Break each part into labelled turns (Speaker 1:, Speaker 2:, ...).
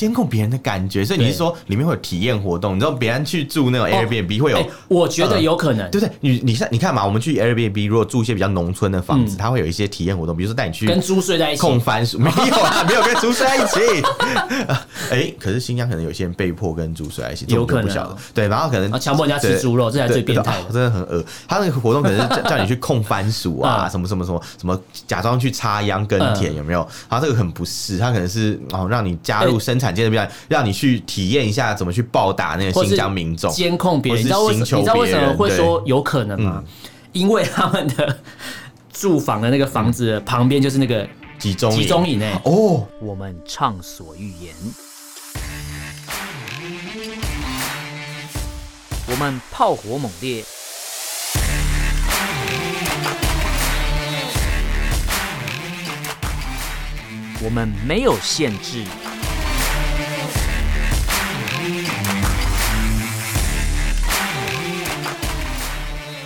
Speaker 1: 监控别人的感觉，所以你是说里面会有体验活动？你知道别人去住那种 Airbnb 会有，
Speaker 2: 哎我觉得有可能，
Speaker 1: 嗯对不对？你你看你看嘛，我们去 Airbnb 如果住一些比较农村的房子，它会有一些体验活动，比如说带你去
Speaker 2: 嗯跟猪睡在一起。
Speaker 1: 控番薯，没有 啊，没有跟猪睡在一起。 哎、可是新疆可能有些人被迫跟猪睡在一起，这
Speaker 2: 有可能哦
Speaker 1: 我就不晓得。对，然后可能
Speaker 2: 啊强迫人家吃
Speaker 1: 对
Speaker 2: 猪肉这才
Speaker 1: 对
Speaker 2: 最变态
Speaker 1: 对哦真的很恶。他那个活动可能 是叫叫你去控番薯啊，
Speaker 2: 嗯
Speaker 1: 什么什么什么什么，假装去插秧耕田，有没有？他这个很不是，他可能是哦，让你加入
Speaker 2: 对
Speaker 1: 生产界的边，让你去体验一下怎么去暴打那个
Speaker 2: 或是
Speaker 1: 新疆民众。
Speaker 2: 监控别人，你
Speaker 1: 或是
Speaker 2: 知道为
Speaker 1: 刑
Speaker 2: 什
Speaker 1: 求
Speaker 2: 你知道为
Speaker 1: 别
Speaker 2: 什么
Speaker 1: 人嗯
Speaker 2: 会说有可能吗？因为他们的 住房的那个房子旁边就是那个
Speaker 1: 集中
Speaker 2: 集中营欸诶、
Speaker 1: 哦，
Speaker 2: 我们畅所欲言，我们炮火猛烈，我们没有限制。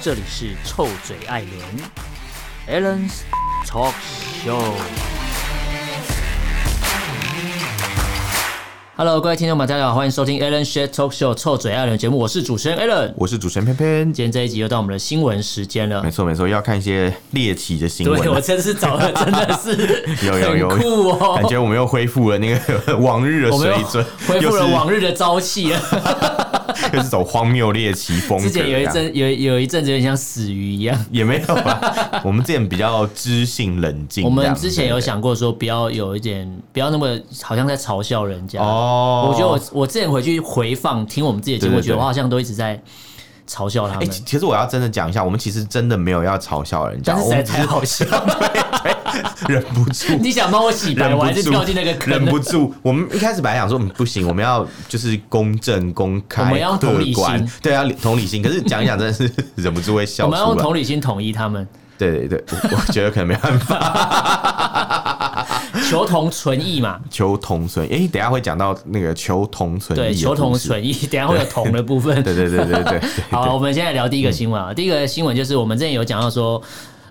Speaker 2: 这里是臭嘴艾伦 a l l e n s Talk Show。Hello，各位听众们，大家好，欢迎收听 Alan s h a t Talk Show 臭嘴艾伦节目，我是主持人 Alan。
Speaker 1: 我是主持人偏偏。
Speaker 2: 今天这一集又到我们的新闻时间了
Speaker 1: 没。错没错，要看一些猎奇的新闻。
Speaker 2: 对，我真是找的真的 是
Speaker 1: 有有有
Speaker 2: 很酷哦，
Speaker 1: 啊感觉我们又恢复了那个 往日的
Speaker 2: 我们
Speaker 1: 水
Speaker 2: 又
Speaker 1: 准，
Speaker 2: 恢复了
Speaker 1: 又是
Speaker 2: 往日的朝 气了。
Speaker 1: 又是走荒谬猎奇风格。
Speaker 2: 之前有一，阵有有一阵子有点像死鱼一样。
Speaker 1: 也没有吧。我们之前比较知性冷静这
Speaker 2: 我
Speaker 1: 样，
Speaker 2: 们之前有
Speaker 1: 对
Speaker 2: 想过说，不要有一点，不要那么好像在嘲笑人家。
Speaker 1: 哦，
Speaker 2: 我觉得我我之前回去回放听我们自己的节目，
Speaker 1: 对对
Speaker 2: 我觉得
Speaker 1: 对
Speaker 2: 我好像都一直在嘲笑他
Speaker 1: 哎、
Speaker 2: 们，
Speaker 1: 其其实我要真的讲一下，我们其实真的没有要嘲笑人家，
Speaker 2: 但是
Speaker 1: 我
Speaker 2: 实在
Speaker 1: 们只
Speaker 2: 太好笑。
Speaker 1: 是忍不住。
Speaker 2: 你想帮我洗白，
Speaker 1: 忍
Speaker 2: 我
Speaker 1: 不
Speaker 2: 还是
Speaker 1: 住
Speaker 2: 掉进那个坑了。
Speaker 1: 忍不住，我们一开始本来想说，嗯，不行，我们要就是公正、公开、
Speaker 2: 我们要同理
Speaker 1: 客观
Speaker 2: 心，
Speaker 1: 对啊，同理心。可是讲一讲，真的是忍不住会笑
Speaker 2: 我
Speaker 1: 出
Speaker 2: 们要用
Speaker 1: 来。
Speaker 2: 同理心统一他们，
Speaker 1: 对对对，我我觉得可能没办法。
Speaker 2: 求同存 异嘛。
Speaker 1: 求同存，哎、等一下会讲到那个求同存异的
Speaker 2: 对，求同
Speaker 1: 故事。
Speaker 2: 存异， 等一下会有同的部分。
Speaker 1: 对 对对对对对，
Speaker 2: 好，我们现在聊第一个新闻啊。第一个新闻就是我们之前有讲到说，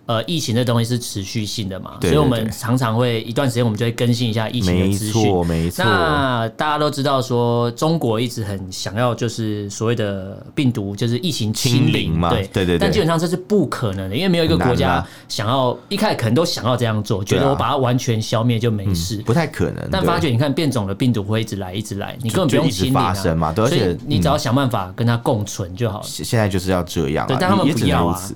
Speaker 2: 呃，疫情这东西是持续性的嘛，
Speaker 1: 对对
Speaker 2: 所以我们
Speaker 1: 对
Speaker 2: 常常会一段时间我们就会更新一下疫情的
Speaker 1: 没
Speaker 2: 资讯
Speaker 1: 错。没错。
Speaker 2: 那大家都知道说，中国一直很想要就是所谓的病毒就是疫情
Speaker 1: 清零嘛
Speaker 2: 对
Speaker 1: 对对对
Speaker 2: 但基本上这是不可能的，因为没有一个
Speaker 1: 很难
Speaker 2: 国家
Speaker 1: 啊
Speaker 2: 想要一开始可能都想要这样做，觉
Speaker 1: 对
Speaker 2: 得
Speaker 1: 啊嗯
Speaker 2: 我把它完全消灭就没事。
Speaker 1: 不太可能，
Speaker 2: 但
Speaker 1: 对
Speaker 2: 发觉你看变种的病毒会一直来，一直来，你根本不
Speaker 1: 就
Speaker 2: 用
Speaker 1: 一直
Speaker 2: 清理
Speaker 1: 发
Speaker 2: 啊
Speaker 1: 生嘛对而
Speaker 2: 所以
Speaker 1: 且嗯
Speaker 2: 你只要想办法跟它共存就好了。
Speaker 1: 现现在就是要这样啊，
Speaker 2: 对但他们
Speaker 1: 也也只
Speaker 2: 不要
Speaker 1: 能如
Speaker 2: 啊
Speaker 1: 此。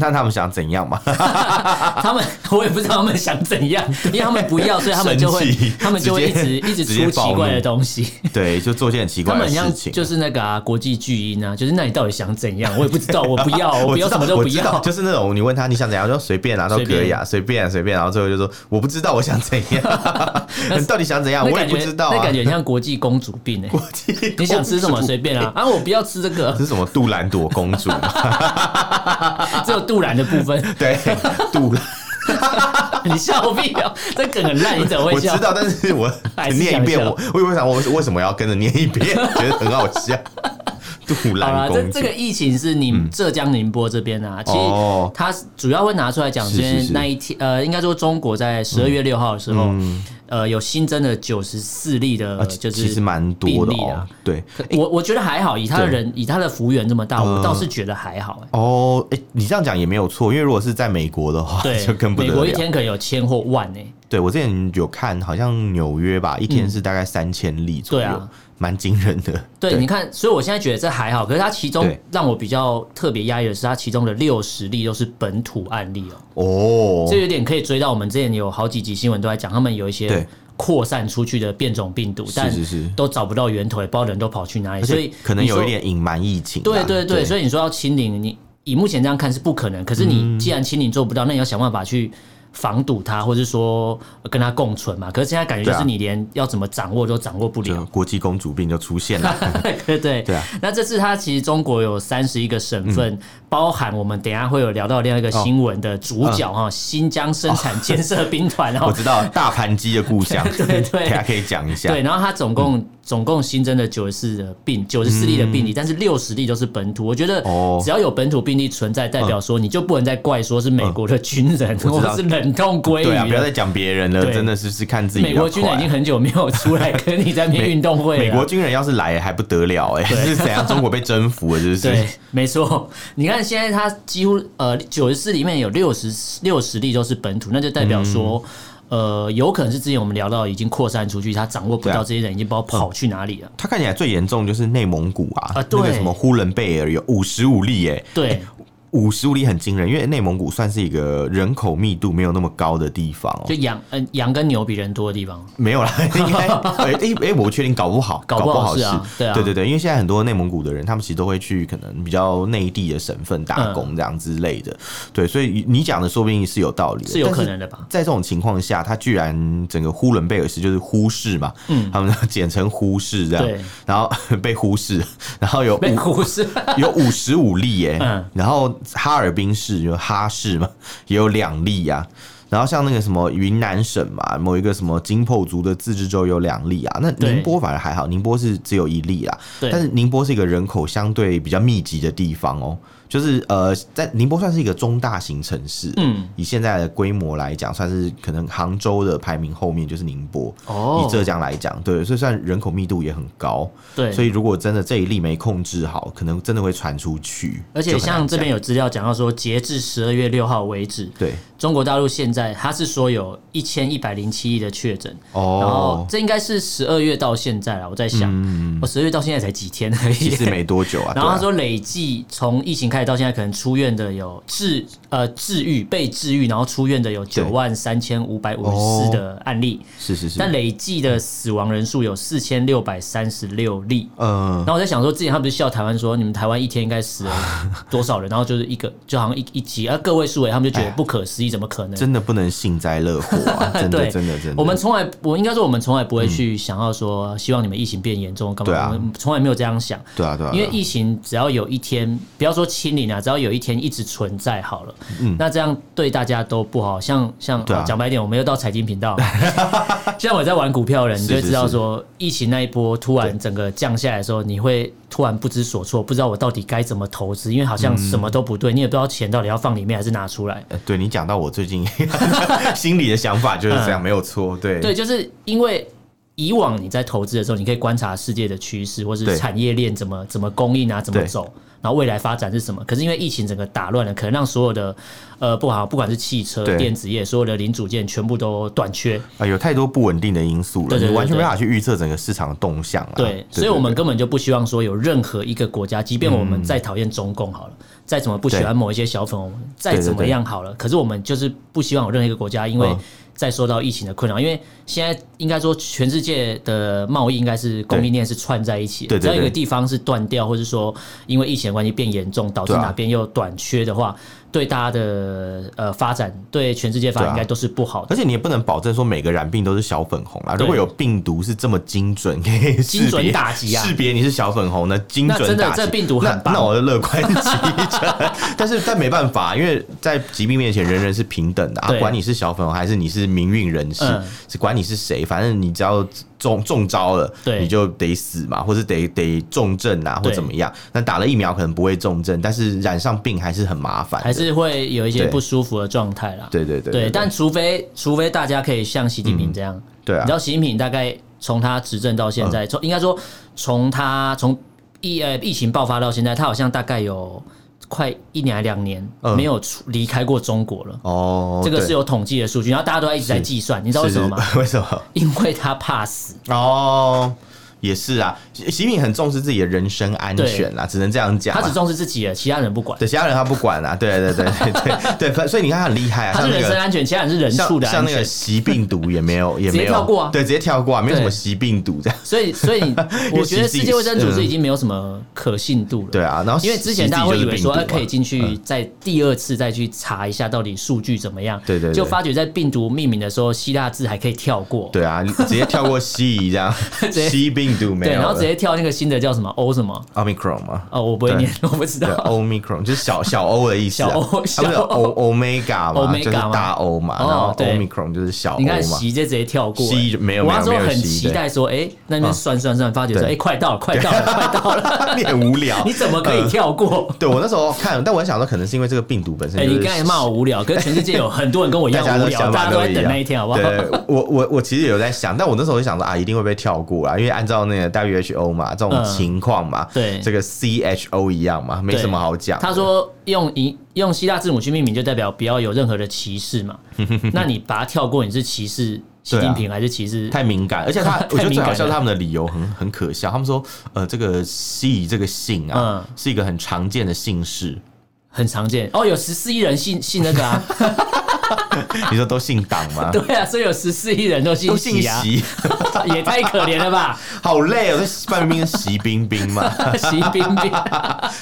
Speaker 1: 那他们想怎样嘛？
Speaker 2: 他们我也不知道他们想怎样，因为他们不要，所以他们就会
Speaker 1: 生气
Speaker 2: 他们就会一直
Speaker 1: 直接
Speaker 2: 一直
Speaker 1: 直接
Speaker 2: 出奇
Speaker 1: 暴
Speaker 2: 怪的
Speaker 1: 怒
Speaker 2: 东西。
Speaker 1: 对，就做一些很奇
Speaker 2: 他
Speaker 1: 怪
Speaker 2: 们
Speaker 1: 的
Speaker 2: 很像
Speaker 1: 事情。
Speaker 2: 就是那个啊，国际巨婴啊，就是那你到底想怎样？我也不知道，我不 要，我不要
Speaker 1: 知道
Speaker 2: 什么都
Speaker 1: 我
Speaker 2: 不
Speaker 1: 知道
Speaker 2: 要。
Speaker 1: 就是那种你问他你想怎样，就随便啊，都
Speaker 2: 随便
Speaker 1: 可以啊，随便随便，然后最后就说我不知道我想怎 样，你到底想怎样，
Speaker 2: 那
Speaker 1: 我也
Speaker 2: 感
Speaker 1: 不
Speaker 2: 觉
Speaker 1: 知道啊。
Speaker 2: 那感觉很像国际公主病哎，你想吃什么随便啊，啊我不要吃这个
Speaker 1: 这，是什么杜兰朵公主 吗？
Speaker 2: 只有杜兰的部分。
Speaker 1: 对，杜兰。
Speaker 2: 你笑屁哦，这梗很烂，你怎么会
Speaker 1: 我知
Speaker 2: 笑？
Speaker 1: 道，但是我
Speaker 2: 还是
Speaker 1: 念一遍，
Speaker 2: 想笑
Speaker 1: 我我为啥我为什么要跟着念一 遍？觉得很好笑。杜
Speaker 2: 好啦，
Speaker 1: 兰公
Speaker 2: 这
Speaker 1: 主呃
Speaker 2: 这个疫情是你浙江宁波这边啊，其实
Speaker 1: 嗯哦
Speaker 2: 它主要会拿出来讲，
Speaker 1: 是
Speaker 2: 因为
Speaker 1: 是是嗯
Speaker 2: 那一天呃，应该说中国在十二月六号的时候，呃，有新增了九十四例的
Speaker 1: 啊，其
Speaker 2: 呃就是
Speaker 1: 其实蛮多的
Speaker 2: 病例
Speaker 1: 哦
Speaker 2: 啊。
Speaker 1: 对，
Speaker 2: 可我我觉得还好，以他的
Speaker 1: 对
Speaker 2: 人，以他的幅员这么大，我
Speaker 1: 嗯
Speaker 2: 倒是觉得还好、欸。
Speaker 1: 哦，哎，你这样讲也没有错，因为如果是在美国的话， 就
Speaker 2: 对，
Speaker 1: 更不
Speaker 2: 美
Speaker 1: 得
Speaker 2: 国一
Speaker 1: 了。
Speaker 2: 天可能有千或万欸诶、
Speaker 1: 对我之前有看，好像纽约吧，一天是大概三千例左
Speaker 2: 嗯对
Speaker 1: 右
Speaker 2: 啊，
Speaker 1: 蛮惊人的。
Speaker 2: 对，你看，所以我现在觉得这还好。可是它其中
Speaker 1: 对
Speaker 2: 让我比较特别压抑的是，它其中的六十例都是本土案例哦、
Speaker 1: 哦，
Speaker 2: 这有点可以追到我们之前有好几集新闻都在讲，他们有一些
Speaker 1: 对
Speaker 2: 扩散出去的变种病毒，但
Speaker 1: 是是
Speaker 2: 都找不到源头，也不知道人都跑去哪里，
Speaker 1: 而且
Speaker 2: 所以
Speaker 1: 可能
Speaker 2: 你说
Speaker 1: 有一。点隐瞒疫情啦。
Speaker 2: 对对对，所
Speaker 1: 以
Speaker 2: 以你说要清零，你以目前这样看是不可能。可是
Speaker 1: 嗯
Speaker 2: 你既然清零做不到，那你要想办法去防堵它，或者说跟它共存嘛。可是现在感觉就
Speaker 1: 对
Speaker 2: 是
Speaker 1: 啊
Speaker 2: 你连要怎么掌握都掌握不了
Speaker 1: 就。国际公主病就出现 了。
Speaker 2: 对对
Speaker 1: 对啊嗯
Speaker 2: 那这次它其实中国有三十一个省份，包含我们等一下会有聊到另外一个
Speaker 1: 哦
Speaker 2: 新闻的主
Speaker 1: 嗯
Speaker 2: 角哈、新疆生产建设兵团哦
Speaker 1: 我知 道大盘鸡的故乡，
Speaker 2: 对对 对
Speaker 1: 等下可以讲一下。
Speaker 2: 对，然后它总共、
Speaker 1: 嗯
Speaker 2: 总共新增了九十四的病，九十四例的病例，但是六十例都是本土。我觉得
Speaker 1: 哦
Speaker 2: 只要有本土病例存在，代表说你就不能再怪说是美国的军人、
Speaker 1: 嗯我
Speaker 2: 或
Speaker 1: 知
Speaker 2: 者
Speaker 1: 道
Speaker 2: 是人忍痛归
Speaker 1: 对啊，不
Speaker 2: 于
Speaker 1: 要
Speaker 2: 了。
Speaker 1: 再讲别人了，
Speaker 2: 对
Speaker 1: 真的是是看自己比
Speaker 2: 美
Speaker 1: 较
Speaker 2: 国军人已
Speaker 1: 快
Speaker 2: 经很久没有出来跟你在那边运动会 了。
Speaker 1: 美国军人要是来还不得了哎、 是怎样？中国被征服了，是不
Speaker 2: 对
Speaker 1: 是？，
Speaker 2: 没错。你看现在他几乎呃九十四里面有六十六十例都是本土，那就代表说。呃，有可能是之前我们聊到已经扩散出去，他掌握不
Speaker 1: 嗯对
Speaker 2: 到
Speaker 1: 啊
Speaker 2: 这些人已经不知道跑去哪里了。
Speaker 1: 他看起来最严重就是内蒙古啊，
Speaker 2: 啊对
Speaker 1: 那个什么呼伦贝尔有五十五例哎、
Speaker 2: 对，
Speaker 1: 五十五例很惊人，因为内蒙古算是一个人口密度没有那么高的地方哦、
Speaker 2: 就羊嗯、羊跟牛比人多的地 方，
Speaker 1: 没有啦，应该哎哎哎，我不确定，搞不好，
Speaker 2: 搞不
Speaker 1: 不
Speaker 2: 好
Speaker 1: 好
Speaker 2: 是啊对啊
Speaker 1: 对对对，因为现在很多内蒙古的人，他们其实都会去可能比较内地的省份打
Speaker 2: 嗯
Speaker 1: 工这样之类的，对，所以你讲的说不定是有道理的，
Speaker 2: 是有可
Speaker 1: 但
Speaker 2: 能的吧
Speaker 1: 在这种情况下，他居然整个呼伦贝尔市就是忽视嘛，嗯，他们简称忽视这样
Speaker 2: 对，
Speaker 1: 然后 被忽视，然后有
Speaker 2: 被
Speaker 1: 五
Speaker 2: 忽 视。
Speaker 1: 有五十五例耶、
Speaker 2: 嗯
Speaker 1: 然后哈尔滨市就哈市嘛，也有两例啊。然后像那个什么云南省嘛，某一个什么金破族的自治州有两例啊，那
Speaker 2: 对
Speaker 1: 宁波反而还好，宁波是只有一例啦。
Speaker 2: 对
Speaker 1: 但是宁波是一个人口相对比较密集的地方哦，就是呃，在宁波算是一个中大型城市，
Speaker 2: 嗯，
Speaker 1: 以现在的规模来讲，算是可能杭州的排名后面就是宁波，
Speaker 2: 哦
Speaker 1: 以浙江来讲，对，所以算人口密度也很高，
Speaker 2: 对，
Speaker 1: 所以如果真的这一例没控制好，可能真的会传出去。
Speaker 2: 而且
Speaker 1: 就很难
Speaker 2: 像这边
Speaker 1: 讲
Speaker 2: 有资料讲到说，截至十二月六号为止，
Speaker 1: 对
Speaker 2: 中国大陆现在它是说有一千一百零七亿的确诊，然后
Speaker 1: 哦，嗯
Speaker 2: 这应该是十二月到现在了。我在想，我十二月到现在才几天而已。
Speaker 1: 其实没多久啊。
Speaker 2: 然后他
Speaker 1: 对啊
Speaker 2: 说，累计从疫情开始到现在，可能出院的有治呃治愈被治愈，然后出院的有九万三千五百五十四
Speaker 1: 哦
Speaker 2: 的案例，
Speaker 1: 是是是，
Speaker 2: 但累计的死亡人数有四千六百三十六例。
Speaker 1: 嗯
Speaker 2: 然，后我在想说，之前他不是笑台湾说你们台湾一天应该死了多少人，然后就是一个就好像一一集啊个位数诶，他们就觉得不可思议，怎么可能？
Speaker 1: 哎真的不能幸灾乐祸啊！真的
Speaker 2: 对，
Speaker 1: 真的真的，嗯
Speaker 2: 我们从来，我应该说，我们从来不会去想要说，希望你们疫情变严重干嘛？
Speaker 1: 对啊
Speaker 2: 我们从来没有这样想，
Speaker 1: 对啊对啊，
Speaker 2: 因为
Speaker 1: 对啊
Speaker 2: 疫情只要有一天，不要说清零啊，只要有一天一直存在好了，那这样对大家都不好。像像
Speaker 1: 嗯对啊
Speaker 2: 啊讲、白一点，我们又到财经频 道，像我在玩股票的人，你
Speaker 1: 是
Speaker 2: 就会知道
Speaker 1: 是是
Speaker 2: 说，疫情那一波突然整个降下来的时候，你会突然不知所措，不知道我到底该怎么投资，因为好
Speaker 1: 嗯
Speaker 2: 像什么都不对，你也不知道钱到底要放里面还是拿出来。
Speaker 1: 呃对你讲到我最近 心里的想法就是这样，没有错，对
Speaker 2: 嗯对，就是因为以往你在投资的时候，你可以观察世界的趋势，或是
Speaker 1: 对
Speaker 2: 产业链怎么怎么供应啊，怎么
Speaker 1: 对
Speaker 2: 走，然后未来发展是什么。可是因为疫情整个打乱了，可能让所有的呃不好，不管是汽车、
Speaker 1: 对
Speaker 2: 电子业，所有的零组件全部都短缺。
Speaker 1: 啊，有太多不稳定的因素了，
Speaker 2: 对对对
Speaker 1: 你完全
Speaker 2: 对
Speaker 1: 没办法去预测整个市场的动向啊了。
Speaker 2: 对，所以我们根本就不希望说有任何一个国家，即便我
Speaker 1: 嗯
Speaker 2: 们再讨厌中共好了，再怎么不喜欢某一些小粉红，再怎么样好了，可是我们就是不希望有任何一个国家因为
Speaker 1: 嗯
Speaker 2: 再受到疫情的困扰，因为现在应该说全世界的贸易应该是供应链是串在一起
Speaker 1: 对
Speaker 2: 的，
Speaker 1: 对对
Speaker 2: 只要有一个地方是断掉，或是说因为疫情的关系变严重，导致
Speaker 1: 对啊
Speaker 2: 哪边又短缺的话，对大家的呃发展，对全世界发展
Speaker 1: 对啊
Speaker 2: 应该都是不好的。
Speaker 1: 而且你也不能保证说每个染病都是小粉红啦。啊如
Speaker 2: 对
Speaker 1: 果有病毒是这么精准，可以
Speaker 2: 精准
Speaker 1: 识别
Speaker 2: 打击啊
Speaker 1: 识别你是小粉红的精准打
Speaker 2: 那真
Speaker 1: 击。
Speaker 2: 的这病毒很
Speaker 1: 那
Speaker 2: 棒
Speaker 1: 那我就乐观其成。 但是但没办法，因为在疾病面前，人人是平等的啊
Speaker 2: 对，
Speaker 1: 管你是小粉红还是你是民运人士
Speaker 2: 嗯，
Speaker 1: 是管你是谁，反正你只要中中招了，
Speaker 2: 对
Speaker 1: 你就得死嘛，或者得得重症啊，或
Speaker 2: 对
Speaker 1: 怎么样。那打了疫苗可能不会重症，但是染上病还是很麻烦的，
Speaker 2: 还是会有一些
Speaker 1: 对
Speaker 2: 不舒服的状态啦。
Speaker 1: 对对对
Speaker 2: 对，但除非除非大家可以像习近平这样，
Speaker 1: 对啊嗯
Speaker 2: 你知道习近平大概从他执政到现在，从、应该说从他从疫呃疫情爆发到现在，他好像大概有快一年还两年、
Speaker 1: 嗯
Speaker 2: 没有出离开过中国了。
Speaker 1: 哦，
Speaker 2: 这个
Speaker 1: 对
Speaker 2: 是有统计的数据，然后大家都在一直在计算，你知道 为什么吗？？
Speaker 1: 是是为什么？
Speaker 2: 因为他 怕死，
Speaker 1: 哦，也是啊，习习近平很重视自己的人身安全啦，只能这样讲
Speaker 2: 他
Speaker 1: 啦。
Speaker 2: 只重视自己了，其他人不管。
Speaker 1: 对其他人他不管啊，对对对对 对对反，所以你看他很厉害啊，
Speaker 2: 他
Speaker 1: 像
Speaker 2: 是
Speaker 1: 那
Speaker 2: 人身
Speaker 1: 个
Speaker 2: 安全，其他人是人数
Speaker 1: 像
Speaker 2: 的
Speaker 1: 像
Speaker 2: 安
Speaker 1: 那个
Speaker 2: 全。
Speaker 1: 习病毒也没 有也没有
Speaker 2: 跳过啊
Speaker 1: 对，直接跳过啊，没有
Speaker 2: 对
Speaker 1: 什么习病毒这样。
Speaker 2: 所 以，所以你我觉得世界卫生组织已经没有什么可信度了。
Speaker 1: 嗯对啊，然后
Speaker 2: 因为之前大家会以为说，
Speaker 1: 习自己就是
Speaker 2: 哎、
Speaker 1: 病毒啊
Speaker 2: 可以进去再第二次再去查一下到底数据怎么样。
Speaker 1: 对对对
Speaker 2: 就发觉在病毒命名的时候，希腊字还可以跳过。
Speaker 1: 对啊，直接跳过西这样，
Speaker 2: 接
Speaker 1: 西病病毒没
Speaker 2: 对，
Speaker 1: 有了，
Speaker 2: 然后直接跳那个新的叫什么 O 什么
Speaker 1: Omicron 嘛，
Speaker 2: 哦，我不会
Speaker 1: 对
Speaker 2: 念，我不知
Speaker 1: 对
Speaker 2: 道。
Speaker 1: ，Omicron 就是小小 O 的意思啊，
Speaker 2: 小 O-
Speaker 1: 它不是
Speaker 2: 小
Speaker 1: O Omega 嘛，
Speaker 2: Omega
Speaker 1: 就是大 O 嘛，
Speaker 2: 嘛
Speaker 1: 然后
Speaker 2: 哦对
Speaker 1: Omicron 就是小 O
Speaker 2: 你看
Speaker 1: 嘛，
Speaker 2: 席直接跳过，
Speaker 1: 席
Speaker 2: 欸
Speaker 1: 没有
Speaker 2: 我
Speaker 1: 没有
Speaker 2: 那时候
Speaker 1: 没有
Speaker 2: 很
Speaker 1: 席
Speaker 2: 期
Speaker 1: 对嗯
Speaker 2: 待说，哎，那边算算算，发觉说，
Speaker 1: 对
Speaker 2: 哎，快到了，快到了，快 到 了，
Speaker 1: 你很无聊
Speaker 2: 你。怎么可以
Speaker 1: 嗯
Speaker 2: 跳 过？
Speaker 1: 对我那时候看，但我想说可能是因为这个病毒本身
Speaker 2: 哎，
Speaker 1: 就是
Speaker 2: 你刚才骂我无聊，可是全世界有很多人跟我一样
Speaker 1: 大家
Speaker 2: 无
Speaker 1: 都
Speaker 2: 聊，
Speaker 1: 想
Speaker 2: 大
Speaker 1: 法
Speaker 2: 家都在
Speaker 1: 一
Speaker 2: 等
Speaker 1: 样
Speaker 2: 那一天，好不好？
Speaker 1: 对，我我我其实有在想，但我那时候就想说啊，一定会被跳过啦，因为按照那个 WHO 嘛，这种
Speaker 2: 嗯
Speaker 1: 情况嘛，
Speaker 2: 对
Speaker 1: 这个 CHO 一样嘛，没
Speaker 2: 对
Speaker 1: 什么好讲的。
Speaker 2: 他说用一用希腊字母去命名，就代表不要有任何的歧视 嘛。那你把它跳过，你是歧视习近
Speaker 1: 啊
Speaker 2: 平还是歧视？
Speaker 1: 太敏感，而且他
Speaker 2: 太
Speaker 1: 我觉得
Speaker 2: 敏
Speaker 1: 最
Speaker 2: 感
Speaker 1: 好笑，
Speaker 2: 了
Speaker 1: 他们的理由很很可笑。他们说，呃，这个西这个姓啊，
Speaker 2: 嗯
Speaker 1: 是一个很常见的姓 氏。
Speaker 2: 很常见哦，有十四亿人信信那 个啊，
Speaker 1: 你说都姓党吗？
Speaker 2: 对啊，所以有十四亿人都信
Speaker 1: 都姓
Speaker 2: 习啊，
Speaker 1: 习，
Speaker 2: 也太可怜 了吧，
Speaker 1: 好累哦！这范冰冰是习冰冰嘛，
Speaker 2: 习冰冰，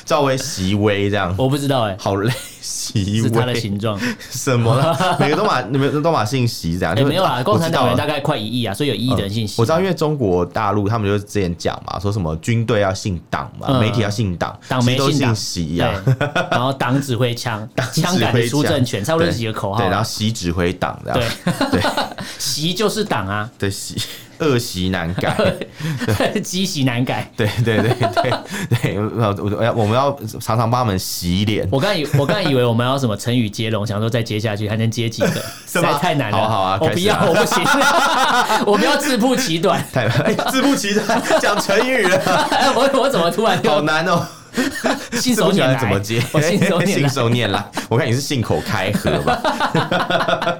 Speaker 1: 赵薇习薇这样，
Speaker 2: 我不知道哎、
Speaker 1: 好累。习
Speaker 2: 是他的
Speaker 1: 薇
Speaker 2: 形状，
Speaker 1: 什么啦？ 每个都马，每个都马姓习这样？
Speaker 2: 哎、
Speaker 1: 就
Speaker 2: 没有啦，共产党
Speaker 1: 我
Speaker 2: 人
Speaker 1: 知道
Speaker 2: 大
Speaker 1: 了
Speaker 2: 概快一亿啊，所以有一亿的人信习、
Speaker 1: 我知道，因为中国大陆他们就是之前讲嘛，说什么军队要姓党嘛，
Speaker 2: 嗯
Speaker 1: 媒体要姓党，
Speaker 2: 党
Speaker 1: 其
Speaker 2: 媒
Speaker 1: 实都
Speaker 2: 姓
Speaker 1: 姓
Speaker 2: 党
Speaker 1: 习啊
Speaker 2: 对
Speaker 1: 呀。，
Speaker 2: 然后党指 挥枪，枪杆子出政权，差不多是几个口号
Speaker 1: 对，
Speaker 2: 啊、
Speaker 1: 然后习指挥党这样。
Speaker 2: 对， 习就是党啊，
Speaker 1: 的习，恶习难 改。
Speaker 2: 积习难改。
Speaker 1: 对对对对对，我我我要我们要常常帮他们洗脸。
Speaker 2: 我刚以我刚以为我们要什么成语接龙，想说再接下去还能接几个，实
Speaker 1: 是吗
Speaker 2: 在太难了。
Speaker 1: 好啊好啊
Speaker 2: 我
Speaker 1: 开
Speaker 2: 不
Speaker 1: 始
Speaker 2: 要
Speaker 1: 啊，
Speaker 2: 我不行， 我不要自曝其短。
Speaker 1: 太哎自不其短，讲成语了，
Speaker 2: 我我怎么突然
Speaker 1: 好
Speaker 2: 就
Speaker 1: 难哦。
Speaker 2: 信
Speaker 1: 自
Speaker 2: 手
Speaker 1: 不其
Speaker 2: 拈
Speaker 1: 短
Speaker 2: 来？
Speaker 1: 怎么接？
Speaker 2: 我信手 拈
Speaker 1: 信
Speaker 2: 来。
Speaker 1: 手拈 来。我看你是信口开河吧？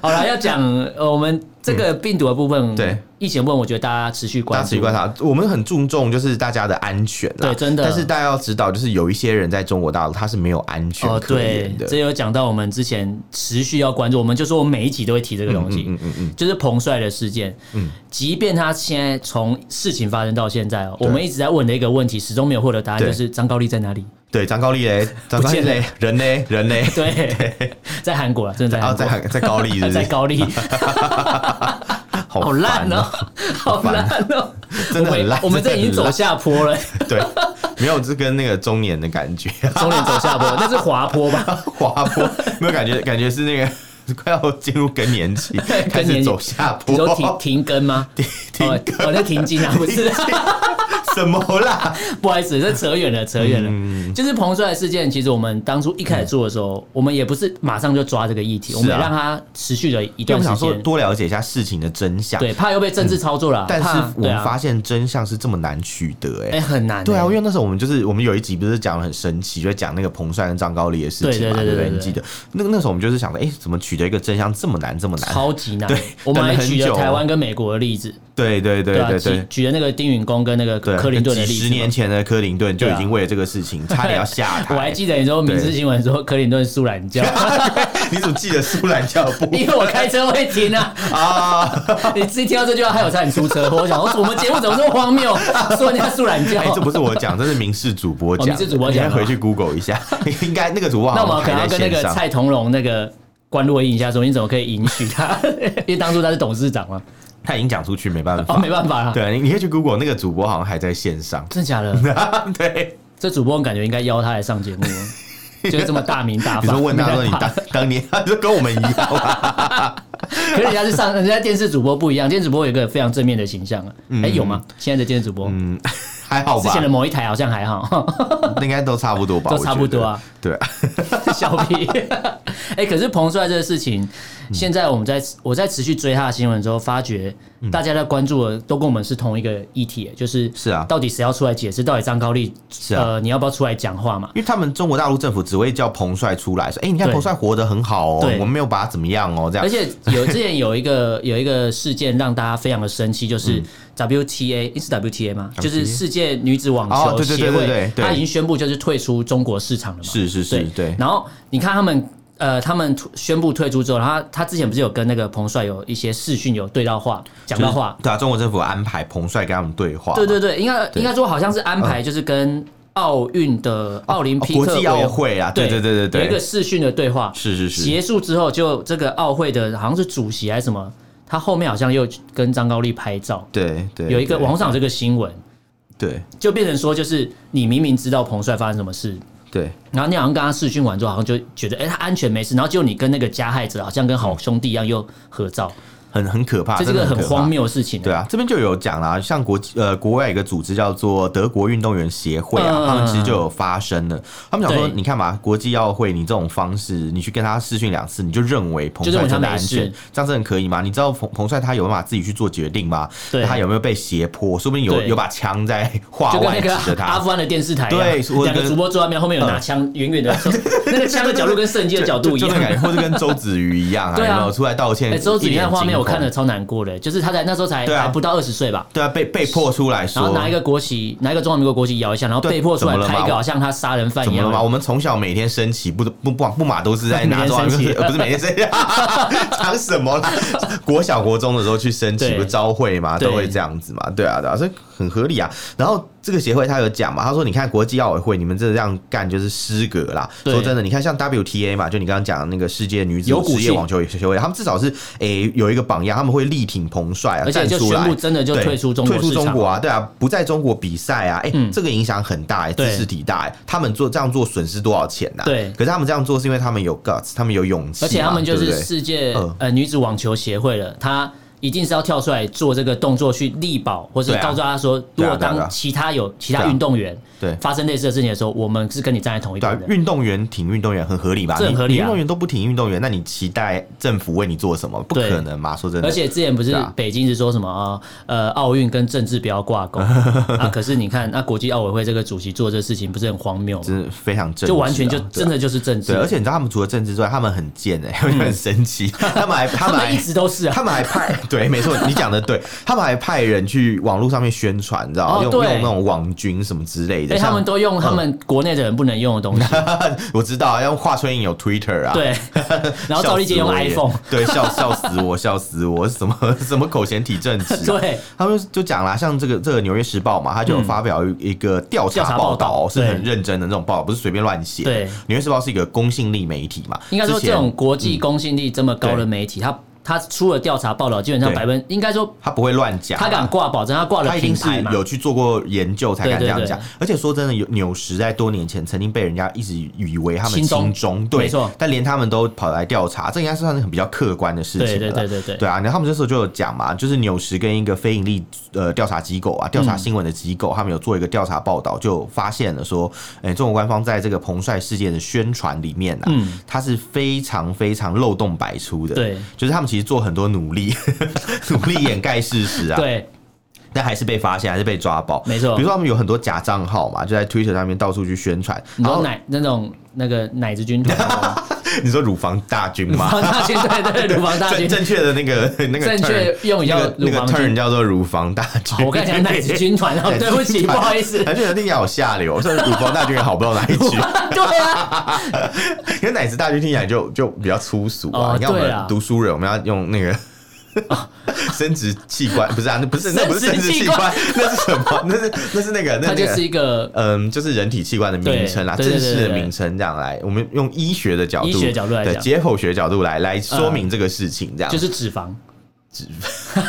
Speaker 2: 好了，要讲呃我们这个病毒的部分，
Speaker 1: 嗯对
Speaker 2: 疫情部分，我觉得大家持续
Speaker 1: 大
Speaker 2: 关
Speaker 1: 家持续
Speaker 2: 注。
Speaker 1: 观察，我们很注重就是大家的安全啦。
Speaker 2: 对真的
Speaker 1: 但是大家要知道，就是有一些人在中国大陆他是没有安全
Speaker 2: 哦，
Speaker 1: 可
Speaker 2: 对
Speaker 1: 言，的。
Speaker 2: 这有讲到我们之前持续要关注，我们就说我们每一集都会提这个东西，
Speaker 1: 嗯嗯嗯，
Speaker 2: 就是彭帅的事件，嗯，即便他现在从事情发生到现在哦，我们一直在问的一个问题，始终没有获得答案，
Speaker 1: 对
Speaker 2: 就是张高丽在 哪里？
Speaker 1: 对，张高丽嘞， 张高丽嘞，人嘞，人嘞，
Speaker 2: 对，在韩国啊，真的在
Speaker 1: 然后
Speaker 2: 韩
Speaker 1: 在
Speaker 2: 国，
Speaker 1: 韩哦在高 丽是不是，
Speaker 2: 在高丽，好
Speaker 1: 好
Speaker 2: 烂
Speaker 1: 烦啊
Speaker 2: 哦，好
Speaker 1: 烦
Speaker 2: 烂哦，
Speaker 1: 真的很烂
Speaker 2: 我们我们这已经
Speaker 1: 真的很
Speaker 2: 走
Speaker 1: 烂
Speaker 2: 下坡 了，
Speaker 1: 对，没有，这跟那个中年的感觉，
Speaker 2: 终点走下坡，那是滑坡吧？
Speaker 1: 滑坡，没有感觉，感觉是那个 快要进入更年期， 开始走下
Speaker 2: 你说
Speaker 1: 坡，
Speaker 2: 停停更吗？停
Speaker 1: 停
Speaker 2: 哦，哦那停经啊，不是。
Speaker 1: 什么啦？
Speaker 2: 不好意思，这扯远了，扯远了。
Speaker 1: 嗯
Speaker 2: 就是彭帅事件，其实我们当初一开始做的时候，我们也不是马上就抓这个议题，
Speaker 1: 是啊
Speaker 2: 我们也让它持续了一
Speaker 1: 因为我
Speaker 2: 段
Speaker 1: 们想
Speaker 2: 时
Speaker 1: 说
Speaker 2: 间，
Speaker 1: 多了解一下事情的真相，
Speaker 2: 对，怕又被政治操作了啊。
Speaker 1: 但是
Speaker 2: 怕
Speaker 1: 我
Speaker 2: 对
Speaker 1: 们
Speaker 2: 啊
Speaker 1: 发现真相是这么难取得、欸，
Speaker 2: 哎很难欸，
Speaker 1: 对啊，因为那时候我们就是我们有一集不是讲的很神奇，就讲那个彭帅跟张高丽的事情嘛，
Speaker 2: 对对对
Speaker 1: 不
Speaker 2: 对对
Speaker 1: 你记得那那时候我们就是想着，哎、怎么取得一个真相这么难，这么难？
Speaker 2: 超级难
Speaker 1: 对。
Speaker 2: 我们还
Speaker 1: 等了很
Speaker 2: 举了
Speaker 1: 久
Speaker 2: 台湾跟美国的例子，
Speaker 1: 对对对
Speaker 2: 对啊，
Speaker 1: 对
Speaker 2: 举
Speaker 1: 对。
Speaker 2: 举了那个丁允恭跟那个
Speaker 1: 对，
Speaker 2: 克林顿的例
Speaker 1: 几十
Speaker 2: 子
Speaker 1: 年
Speaker 2: 嘛。
Speaker 1: 前的克林顿就
Speaker 2: 对啊
Speaker 1: 已经为了这个事情 差点要下台。
Speaker 2: 我还记得你说《民事新闻》说克林顿素懒觉，
Speaker 1: 你怎么记得苏兰教部
Speaker 2: 因为我开车会 停啊。
Speaker 1: 啊？
Speaker 2: 你自己听到这句话，害我差点出车祸。我想，我我们节目怎么这么 荒谬，说人家素懒觉
Speaker 1: 哎、？这不是我讲，这是民事主播讲的。
Speaker 2: 哦民视主播讲的
Speaker 1: 你还回去 Google 一下， 应该那个主播
Speaker 2: 那
Speaker 1: 好
Speaker 2: 我
Speaker 1: 像
Speaker 2: 们可能
Speaker 1: 哦还
Speaker 2: 要
Speaker 1: 在
Speaker 2: 跟那
Speaker 1: 线
Speaker 2: 个
Speaker 1: 上。
Speaker 2: 蔡同荣那个关洛印一下，说你怎么可以允许他？ 因为当初他是董事长嘛，
Speaker 1: 他已经讲出去，没办法。
Speaker 2: 哦，没办法啦，
Speaker 1: 啊 对，你你可以去 Google 那个主播好像还在线上。
Speaker 2: 真的假的？
Speaker 1: 对，
Speaker 2: 这主播感觉应该邀他来上 节目，就是这么大名大
Speaker 1: 比
Speaker 2: 放。
Speaker 1: 如说问他说你
Speaker 2: 应该
Speaker 1: 当当年， 他就跟我们一样啊，
Speaker 2: 可是人家是上，人家电视主播不一样，电视主播有一个非常正面的形象啊。
Speaker 1: 嗯
Speaker 2: 哎，有吗？现在的电视主播，
Speaker 1: 还好
Speaker 2: 之
Speaker 1: 吧
Speaker 2: 前的？某一台好像还好，
Speaker 1: 那应该都差不多吧？
Speaker 2: 都
Speaker 1: 我觉
Speaker 2: 差不多啊
Speaker 1: 得。对，
Speaker 2: 小 屁。哎，可是彭帅这个事情，
Speaker 1: 嗯
Speaker 2: 现在我们在我在持续追他的新闻之后，发觉大家在关注的都跟我们是同一个议题，就是
Speaker 1: 嗯是啊
Speaker 2: 到底谁要出来解释？到底张高丽
Speaker 1: 是啊
Speaker 2: 呃，你要不要出来讲话嘛？
Speaker 1: 因为他们中国大陆政府只会叫彭帅出来说，哎，你看
Speaker 2: 对
Speaker 1: 彭帅活得很好哦，
Speaker 2: 对
Speaker 1: 我们没有把他怎么样哦，这样
Speaker 2: 而。且有之前有一个有一个事件让大家非常的生气，就是
Speaker 1: 嗯
Speaker 2: WTA、是 WTA 吗？就是世界女子网
Speaker 1: 哦
Speaker 2: 球
Speaker 1: 对对
Speaker 2: 协
Speaker 1: 对对对
Speaker 2: 会，
Speaker 1: 对
Speaker 2: 她已经宣布就是退出中国市场了嘛。
Speaker 1: 是是是，对。
Speaker 2: 然后你看他们。呃，他们突宣布退出之后，然后他他之前不是有跟那个彭帅有一些视讯有对到话，讲到话
Speaker 1: 就，是对啊，中国政府安排彭帅跟他们对话嘛，
Speaker 2: 对对对，应该应该说好像是安排就是跟奥运的奥林匹克
Speaker 1: 哦国际
Speaker 2: 委
Speaker 1: 奥
Speaker 2: 员
Speaker 1: 会啊，对对对对
Speaker 2: 有一个
Speaker 1: 对，
Speaker 2: 视讯的对话，
Speaker 1: 是是是
Speaker 2: 结束之后就这个奥会的好像是主席还是什么，他后面好像又跟张高丽拍照，
Speaker 1: 对对，
Speaker 2: 有一个
Speaker 1: 对
Speaker 2: 网上有这个新闻，
Speaker 1: 对
Speaker 2: 就变成说就是你明明知道彭帅发生什么事，
Speaker 1: 对
Speaker 2: 然后你好像跟他视讯完之后，好像就觉得哎、他安全没事，然后结果你跟那个加害哎者好像跟好兄弟一样又合照，
Speaker 1: 很很可怕，
Speaker 2: 这是
Speaker 1: 啊真
Speaker 2: 个
Speaker 1: 的
Speaker 2: 很
Speaker 1: 可怕
Speaker 2: 荒。谬的事情、
Speaker 1: 对啊，这边就有讲啦，像国际呃国外有一个组织叫做德国运动员协会啊，
Speaker 2: 嗯
Speaker 1: 他们其实就有发声了。他们想说，
Speaker 2: 对
Speaker 1: 你看嘛，国际奥会你这种方式，你去跟他试训两次，你就认为彭
Speaker 2: 就认
Speaker 1: 帅
Speaker 2: 为他
Speaker 1: 真的
Speaker 2: 没
Speaker 1: 安
Speaker 2: 事
Speaker 1: 全，这样真的可以吗？你知道彭彭帅他有办法自己去做决定吗？
Speaker 2: 对
Speaker 1: 他有没有被胁迫？说不定有
Speaker 2: 对
Speaker 1: 有把枪在话
Speaker 2: 就跟
Speaker 1: 外
Speaker 2: 那
Speaker 1: 指
Speaker 2: 个
Speaker 1: 着
Speaker 2: 阿
Speaker 1: 他。
Speaker 2: 富汗的电视台一
Speaker 1: 对
Speaker 2: 样，
Speaker 1: 我
Speaker 2: 两个
Speaker 1: 跟
Speaker 2: 主播坐在面，后面有拿枪，远远的，那个枪的角度跟摄影机的角度
Speaker 1: 就
Speaker 2: 一
Speaker 1: 就
Speaker 2: 样
Speaker 1: 那。感觉，或者跟周子瑜一样啊，
Speaker 2: 对啊
Speaker 1: 有没有出来道歉？
Speaker 2: 哎，周子
Speaker 1: 一
Speaker 2: 瑜
Speaker 1: 脸
Speaker 2: 的画面
Speaker 1: 惊
Speaker 2: 我看
Speaker 1: 恐
Speaker 2: 了，超难过的，就是他在那时候才
Speaker 1: 对啊
Speaker 2: 还不到二十岁吧，
Speaker 1: 对啊，被被迫出来说，
Speaker 2: 然后拿一个国旗，拿一个中华民国国旗摇一下，然后
Speaker 1: 对
Speaker 2: 被迫出来
Speaker 1: 怎么了
Speaker 2: 拍一
Speaker 1: 嘛
Speaker 2: 个好像他杀人犯
Speaker 1: 怎
Speaker 2: 一
Speaker 1: 么
Speaker 2: 样
Speaker 1: 了吗？我
Speaker 2: 的。
Speaker 1: 们从小每天升旗，不不不不马都是在拿中华
Speaker 2: 每天升旗
Speaker 1: 民 国，呃不是每天升旗，讲什么啦？国小国中的时候去升旗，
Speaker 2: 对
Speaker 1: 不是招会嘛，
Speaker 2: 对
Speaker 1: 都会这样子嘛，对啊对啊，所以很合理啊。然后这个协会他有讲嘛，他说你看国际奥委会你们这样干就是失格啦。
Speaker 2: 对
Speaker 1: 说真的，你看像 WTA 嘛，就你刚刚讲的那个世界女子
Speaker 2: 有骨
Speaker 1: 职业
Speaker 2: 气
Speaker 1: 网球协会，他们至少是诶、有一个榜样，他们会力挺彭帅啊，
Speaker 2: 而且
Speaker 1: 站
Speaker 2: 就
Speaker 1: 出
Speaker 2: 宣
Speaker 1: 来
Speaker 2: 布真的就
Speaker 1: 对
Speaker 2: 退出中国
Speaker 1: 退出
Speaker 2: 市
Speaker 1: 中
Speaker 2: 场，
Speaker 1: 国啊，对啊，不在中国比赛啊，哎、
Speaker 2: 嗯
Speaker 1: 这个影响很大、哎，自
Speaker 2: 对
Speaker 1: 视体大、哎，他们做这样做损失多少钱呐、
Speaker 2: 对
Speaker 1: 可是他们这样做是因为他们有 guts，他们有勇气嘛，
Speaker 2: 而且他们就
Speaker 1: 对不
Speaker 2: 是
Speaker 1: 对
Speaker 2: 世界
Speaker 1: 嗯
Speaker 2: 呃女子网球协会了，她一定是要跳出来做这个动作去力保，或是
Speaker 1: 对啊
Speaker 2: 告诉大家说，如
Speaker 1: 对啊
Speaker 2: 果
Speaker 1: 对啊对啊
Speaker 2: 当其他有其
Speaker 1: 对
Speaker 2: 他
Speaker 1: 啊
Speaker 2: 运动员
Speaker 1: 对
Speaker 2: 发生类似的事情的时候，我们是跟你站在同一
Speaker 1: 对
Speaker 2: 边
Speaker 1: 啊
Speaker 2: 的，。
Speaker 1: 运动员挺运动员很合理吧？
Speaker 2: 这很
Speaker 1: 你
Speaker 2: 合理啊
Speaker 1: 你运动员都不挺运动员，那你期待政府为你做什么？不
Speaker 2: 对
Speaker 1: 可能嘛！说真的，
Speaker 2: 而且之前不是
Speaker 1: 对啊
Speaker 2: 北京是说什么啊？呃，奥运跟政治不要 挂钩啊。可是你看，那国际奥委会这个主席做这事情，不是很荒谬吗？
Speaker 1: 真的非常正、啊，
Speaker 2: 就完全就
Speaker 1: 对啊
Speaker 2: 真的就是政治
Speaker 1: 对，，而且你知道他们除了政治之外，他们很贱哎、 欸，很神 奇，他们还他
Speaker 2: 他
Speaker 1: 们
Speaker 2: 们
Speaker 1: 还
Speaker 2: 一直都是啊。
Speaker 1: 他们还派 对，没错，你讲的 对，他们还派人去网络上面宣传，你知道吗？
Speaker 2: 哦
Speaker 1: 用
Speaker 2: 对
Speaker 1: 用那种网军什么之类的，
Speaker 2: 哎，他们
Speaker 1: 都
Speaker 2: 都用他们国内的人不能用的东西，
Speaker 1: 我知道啊，像华春莹有 Twitter 啊，，
Speaker 2: 对。然后赵立坚用 iPhone，
Speaker 1: 对，笑笑死我，笑死我，什么 什么口嫌体正直、啊，
Speaker 2: 对，嗯
Speaker 1: 他们就讲啦，像这个这个《纽约时报》嘛，他就有发表一个调
Speaker 2: 调
Speaker 1: 查
Speaker 2: 查
Speaker 1: 报
Speaker 2: 报
Speaker 1: 道，
Speaker 2: 道
Speaker 1: 是很
Speaker 2: 对
Speaker 1: 认真的那种报道，不是随便乱写。
Speaker 2: 对
Speaker 1: 《纽约时报》是一个公信力媒体嘛，
Speaker 2: 应该说
Speaker 1: 之
Speaker 2: 这
Speaker 1: 前
Speaker 2: 种国际公信力这么高
Speaker 1: 对
Speaker 2: 的媒体，他他出了调查报道，基本上
Speaker 1: 嗯对
Speaker 2: 百分应该说
Speaker 1: 他不会乱讲啊，
Speaker 2: 他敢挂保证，他挂了
Speaker 1: 他一
Speaker 2: 品
Speaker 1: 定是
Speaker 2: 牌嘛。
Speaker 1: 有去做过研究才敢这
Speaker 2: 对对
Speaker 1: 样
Speaker 2: 对
Speaker 1: 讲。而且说真的，有纽时在多年前曾经被人家一直以为他们
Speaker 2: 亲中
Speaker 1: 亲中，对，
Speaker 2: 没错
Speaker 1: 但连他们都跑来调查，这应该算是很比较客观的事情
Speaker 2: 对
Speaker 1: 了
Speaker 2: 对
Speaker 1: 啦。
Speaker 2: 对对对
Speaker 1: 对啊，然后他们这时候就有讲嘛，就是纽时跟一个非盈利呃调查机构啊，调查
Speaker 2: 嗯
Speaker 1: 新闻的机构，他们有做一个调查报道，就发现了说，哎、中国官方在这个彭帅事件的宣传里面啊，
Speaker 2: 嗯
Speaker 1: 它是非常非常漏洞百出的，
Speaker 2: 对，
Speaker 1: 就是他们其实做很多努力， 努力掩盖事实啊，
Speaker 2: 对，
Speaker 1: 但还是被发现，还是被抓爆。
Speaker 2: 没错
Speaker 1: 比如说他们有很多假账号嘛，就在 Twitter 上面到处去宣传。
Speaker 2: 你
Speaker 1: 然
Speaker 2: 说
Speaker 1: 后
Speaker 2: 奶那种那个奶子军团，
Speaker 1: 你说乳房大军
Speaker 2: 乳
Speaker 1: 吗？
Speaker 2: 房大军 对对，乳房大军
Speaker 1: 正，正确的那 个那个
Speaker 2: 正
Speaker 1: term,
Speaker 2: 确用语
Speaker 1: 那
Speaker 2: 叫
Speaker 1: 个那
Speaker 2: 乳
Speaker 1: 个
Speaker 2: 房
Speaker 1: turn
Speaker 2: 军。
Speaker 1: 叫做乳房大军。
Speaker 2: 好 我刚才讲 奶子军团哦，
Speaker 1: 奶子
Speaker 2: 对不起，
Speaker 1: 军
Speaker 2: 不
Speaker 1: 团
Speaker 2: 好意思。
Speaker 1: 而且有点好下流，这乳房大军也好不到哪里去。
Speaker 2: 对啊，
Speaker 1: 因为奶子大军听起来就就比较粗俗啊。
Speaker 2: 哦
Speaker 1: 你看我
Speaker 2: 对
Speaker 1: 们
Speaker 2: 啊哦
Speaker 1: 读书人，我们要用那个 生殖器官，不是啊，那不是那不是
Speaker 2: 生
Speaker 1: 生
Speaker 2: 殖
Speaker 1: 殖器
Speaker 2: 器
Speaker 1: 官，那是什么？那是那是那个，那
Speaker 2: 它
Speaker 1: 那
Speaker 2: 就
Speaker 1: 个
Speaker 2: 是一个
Speaker 1: 嗯，就是人体器官的名称啦，
Speaker 2: 对
Speaker 1: 正
Speaker 2: 对
Speaker 1: 式的
Speaker 2: 对对对
Speaker 1: 名称这样来，我们用医学的角度，
Speaker 2: 医学角度来
Speaker 1: 对
Speaker 2: 讲嗯
Speaker 1: 解剖学角度来来说明这个事情，这样、
Speaker 2: 就是 脂肪，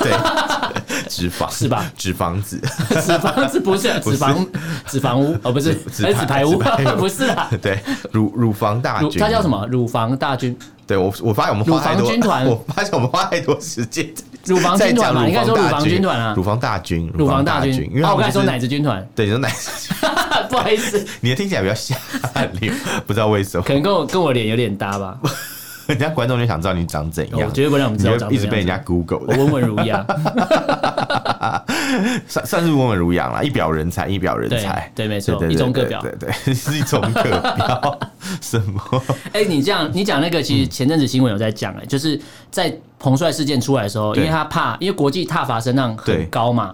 Speaker 1: 对 脂肪
Speaker 2: 是吧？
Speaker 1: 脂肪子，
Speaker 2: 脂肪是不是
Speaker 1: 不是
Speaker 2: 脂肪脂肪屋哦，不是
Speaker 1: 脂
Speaker 2: 还是
Speaker 1: 脂排
Speaker 2: 纸牌屋
Speaker 1: 纸排屋
Speaker 2: 不是啦，
Speaker 1: 对乳乳房大
Speaker 2: 乳
Speaker 1: 军，
Speaker 2: 它叫什？么？乳房大军，
Speaker 1: 对我我发现我们花太
Speaker 2: 乳
Speaker 1: 多，
Speaker 2: 房军 团
Speaker 1: 我发现我们花太多时间
Speaker 2: 乳房
Speaker 1: 在
Speaker 2: 军
Speaker 1: 讲
Speaker 2: 团嘛，
Speaker 1: 乳
Speaker 2: 应该
Speaker 1: 房
Speaker 2: 说乳
Speaker 1: 大
Speaker 2: 房军团啊，
Speaker 1: 乳房大军，
Speaker 2: 乳房
Speaker 1: 大
Speaker 2: 大军
Speaker 1: 因为。他
Speaker 2: 啊，
Speaker 1: 们
Speaker 2: 我刚才
Speaker 1: 就是
Speaker 2: 说奶子军团，
Speaker 1: 对你说奶，
Speaker 2: 不好意思，
Speaker 1: 你的听起来比较下流，不知道为什么，
Speaker 2: 可能跟我跟我脸有点搭 吧，
Speaker 1: 人家观众就想知道你长怎
Speaker 2: 我
Speaker 1: 样，
Speaker 2: 绝对不让我们
Speaker 1: 你
Speaker 2: 知道长
Speaker 1: 就
Speaker 2: 什
Speaker 1: 一
Speaker 2: 么
Speaker 1: 直被人
Speaker 2: 样
Speaker 1: 家
Speaker 2: 子。
Speaker 1: Google
Speaker 2: 我
Speaker 1: 的。
Speaker 2: 温文儒雅，
Speaker 1: 算算是温文儒雅啦，一表人才，一表人
Speaker 2: 对
Speaker 1: 才，
Speaker 2: 对没
Speaker 1: 对
Speaker 2: 错，
Speaker 1: 对对
Speaker 2: 一中各表
Speaker 1: 对。对，对 是一种各表，什么？
Speaker 2: 哎，你这样你讲那个，其实前阵子新闻有在讲，哎，就是在彭帅事件出来的时候，因
Speaker 1: 对
Speaker 2: 为他怕，因为国际挞伐声浪
Speaker 1: 对
Speaker 2: 很高嘛。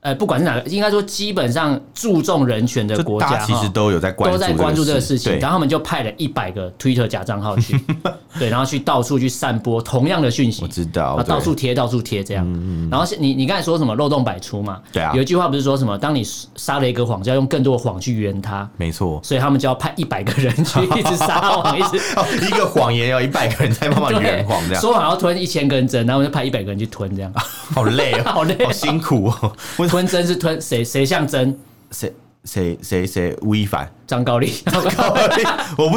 Speaker 2: 呃，不管是哪个，应该说基本上注重人权的
Speaker 1: 就
Speaker 2: 国
Speaker 1: 大
Speaker 2: 家
Speaker 1: 家其实
Speaker 2: 哈
Speaker 1: 都有在关
Speaker 2: 都
Speaker 1: 注
Speaker 2: 在关注这个事情，
Speaker 1: 对
Speaker 2: 然后他们就派了一百个 Twitter 假账 号去，对，然后去到处去散播同样的讯息，
Speaker 1: 我知道
Speaker 2: 然后
Speaker 1: 对嗯
Speaker 2: 到处贴到处贴这样。然后是你你刚才说什么漏洞百出嘛？
Speaker 1: 对啊
Speaker 2: 有一句话不是说什么，当你撒了一个谎，就要用更多的谎去圆它，
Speaker 1: 没错。
Speaker 2: 所以他们就要派一百个人去一直撒谎，一 直。
Speaker 1: 哦，一个谎言要一百个人在帮忙圆哦谎，这
Speaker 2: 对
Speaker 1: 样
Speaker 2: 说谎要吞一千根针，然后就派一百个人去吞，这 样
Speaker 1: 好累哦，
Speaker 2: 好累哦
Speaker 1: 好辛苦哦。我
Speaker 2: 吞针是吞谁谁像针？
Speaker 1: 谁谁谁谁吴亦凡，
Speaker 2: 张高丽，
Speaker 1: 我不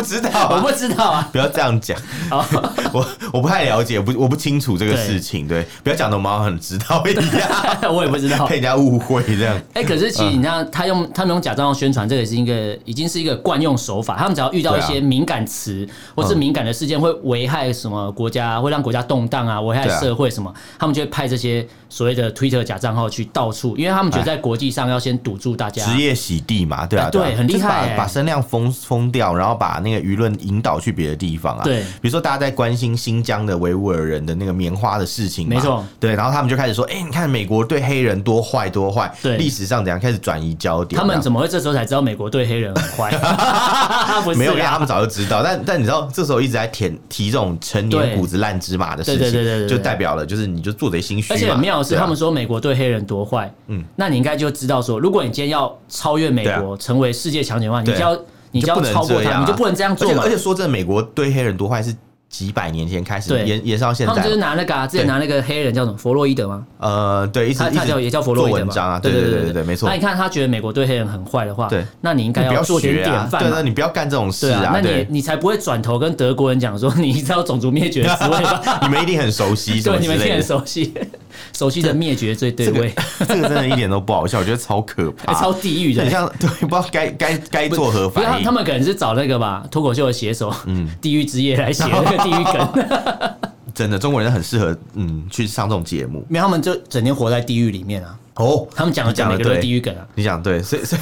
Speaker 1: 知道
Speaker 2: 我
Speaker 1: 啊，
Speaker 2: 不哦知道啊。
Speaker 1: 不要这样讲，
Speaker 2: 好，
Speaker 1: 我我不太了解，不我不清楚这个事情，对，不要讲的我们好像很知道一样，
Speaker 2: 我也不 知 道
Speaker 1: 被。人家误会这样。
Speaker 2: 哎、可是其
Speaker 1: 嗯
Speaker 2: 实你看，他用他们用假账号宣传，这个也是一个已经是一个惯用手法。他们只要遇到一
Speaker 1: 对啊嗯
Speaker 2: 些敏感词、或是敏感的事件，会危害什么国家，会让国家动荡啊，危害
Speaker 1: 对啊
Speaker 2: 社会什么，他们就会派这些所谓的 Twitter 假账号去到处，因为他们觉得在国际上要先堵住大家。
Speaker 1: 哎职业洗地嘛，对啊，
Speaker 2: 啊哎对
Speaker 1: 啊
Speaker 2: 很厉
Speaker 1: 就
Speaker 2: 害
Speaker 1: 是
Speaker 2: 哎
Speaker 1: 把把声量封封掉，然后把那个舆论引导去别的地方啊。
Speaker 2: 对
Speaker 1: 比如说大家在关心新疆的维吾尔人的那个棉花的事情嘛，
Speaker 2: 没错
Speaker 1: 对，然后他们就开始说，哎，你看美国对黑人多坏多坏，
Speaker 2: 对
Speaker 1: 历史上怎样开始转移焦点，
Speaker 2: 他们
Speaker 1: 么？
Speaker 2: 怎么会这时候才知道美国对黑人很坏？ 不是
Speaker 1: 没有，因为他
Speaker 2: 啊，
Speaker 1: 们早就知道，但但你知道，这时候一直在舔提这种陈
Speaker 2: 对
Speaker 1: 年谷子烂芝麻的事情，
Speaker 2: 对对对对对对
Speaker 1: 就代表了就是你就做贼心虚嘛。
Speaker 2: 而且很妙的是，
Speaker 1: 对啊
Speaker 2: 他们说美国对黑人多坏，嗯，那你应该就知道说，如果你今天要超越美
Speaker 1: 对啊
Speaker 2: 国，成为世界强权的话，你
Speaker 1: 对
Speaker 2: 就要你就要
Speaker 1: 不能
Speaker 2: 超过
Speaker 1: 这样
Speaker 2: 他，
Speaker 1: 啊
Speaker 2: 你就不能这样做
Speaker 1: 而且
Speaker 2: 嘛
Speaker 1: 而。且说真的，美国对黑人多坏是几百年前开始
Speaker 2: 对
Speaker 1: 延延烧现
Speaker 2: 他
Speaker 1: 在嘛，
Speaker 2: 们就是拿那个、啊，之前
Speaker 1: 对
Speaker 2: 拿那个黑人叫什么弗洛伊德吗？
Speaker 1: 呃，对，一直
Speaker 2: 他
Speaker 1: 一
Speaker 2: 他
Speaker 1: 直
Speaker 2: 叫也叫弗洛伊
Speaker 1: 做
Speaker 2: 德
Speaker 1: 文
Speaker 2: 嘛
Speaker 1: 章啊，
Speaker 2: 对
Speaker 1: 对
Speaker 2: 对
Speaker 1: 对对，没错
Speaker 2: 那。你看他觉得美国对黑人很坏的话，
Speaker 1: 对，
Speaker 2: 那你应该
Speaker 1: 你不
Speaker 2: 要做点
Speaker 1: 学啊
Speaker 2: 典，范
Speaker 1: 对
Speaker 2: 嘛
Speaker 1: 那。你不要干这种事
Speaker 2: 对啊，那你
Speaker 1: 对，
Speaker 2: 你才不会转头跟德国人讲说你知道种族灭绝的滋味 吧？
Speaker 1: 你们一定很熟悉什么
Speaker 2: 对，你
Speaker 1: 之
Speaker 2: 们也
Speaker 1: 类
Speaker 2: 很
Speaker 1: 的。
Speaker 2: 熟悉，熟悉的灭绝最对
Speaker 1: 这个
Speaker 2: 味，
Speaker 1: 这个真的一点都不好笑，我觉得超可怕，
Speaker 2: 哎 超地狱的
Speaker 1: 很。像对，不知道该该该作何
Speaker 2: 不是他
Speaker 1: 反应嗯
Speaker 2: 他。们可能是找那个吧，脱口秀的写手，地狱之夜来写那个地狱 梗，
Speaker 1: 真的，中国人很适合嗯去上这种节目
Speaker 2: 没有，他们就整天活在地狱里面啊。
Speaker 1: 哦。
Speaker 2: 他们讲的讲每个都是地狱梗啊。
Speaker 1: 你讲对，所以 所以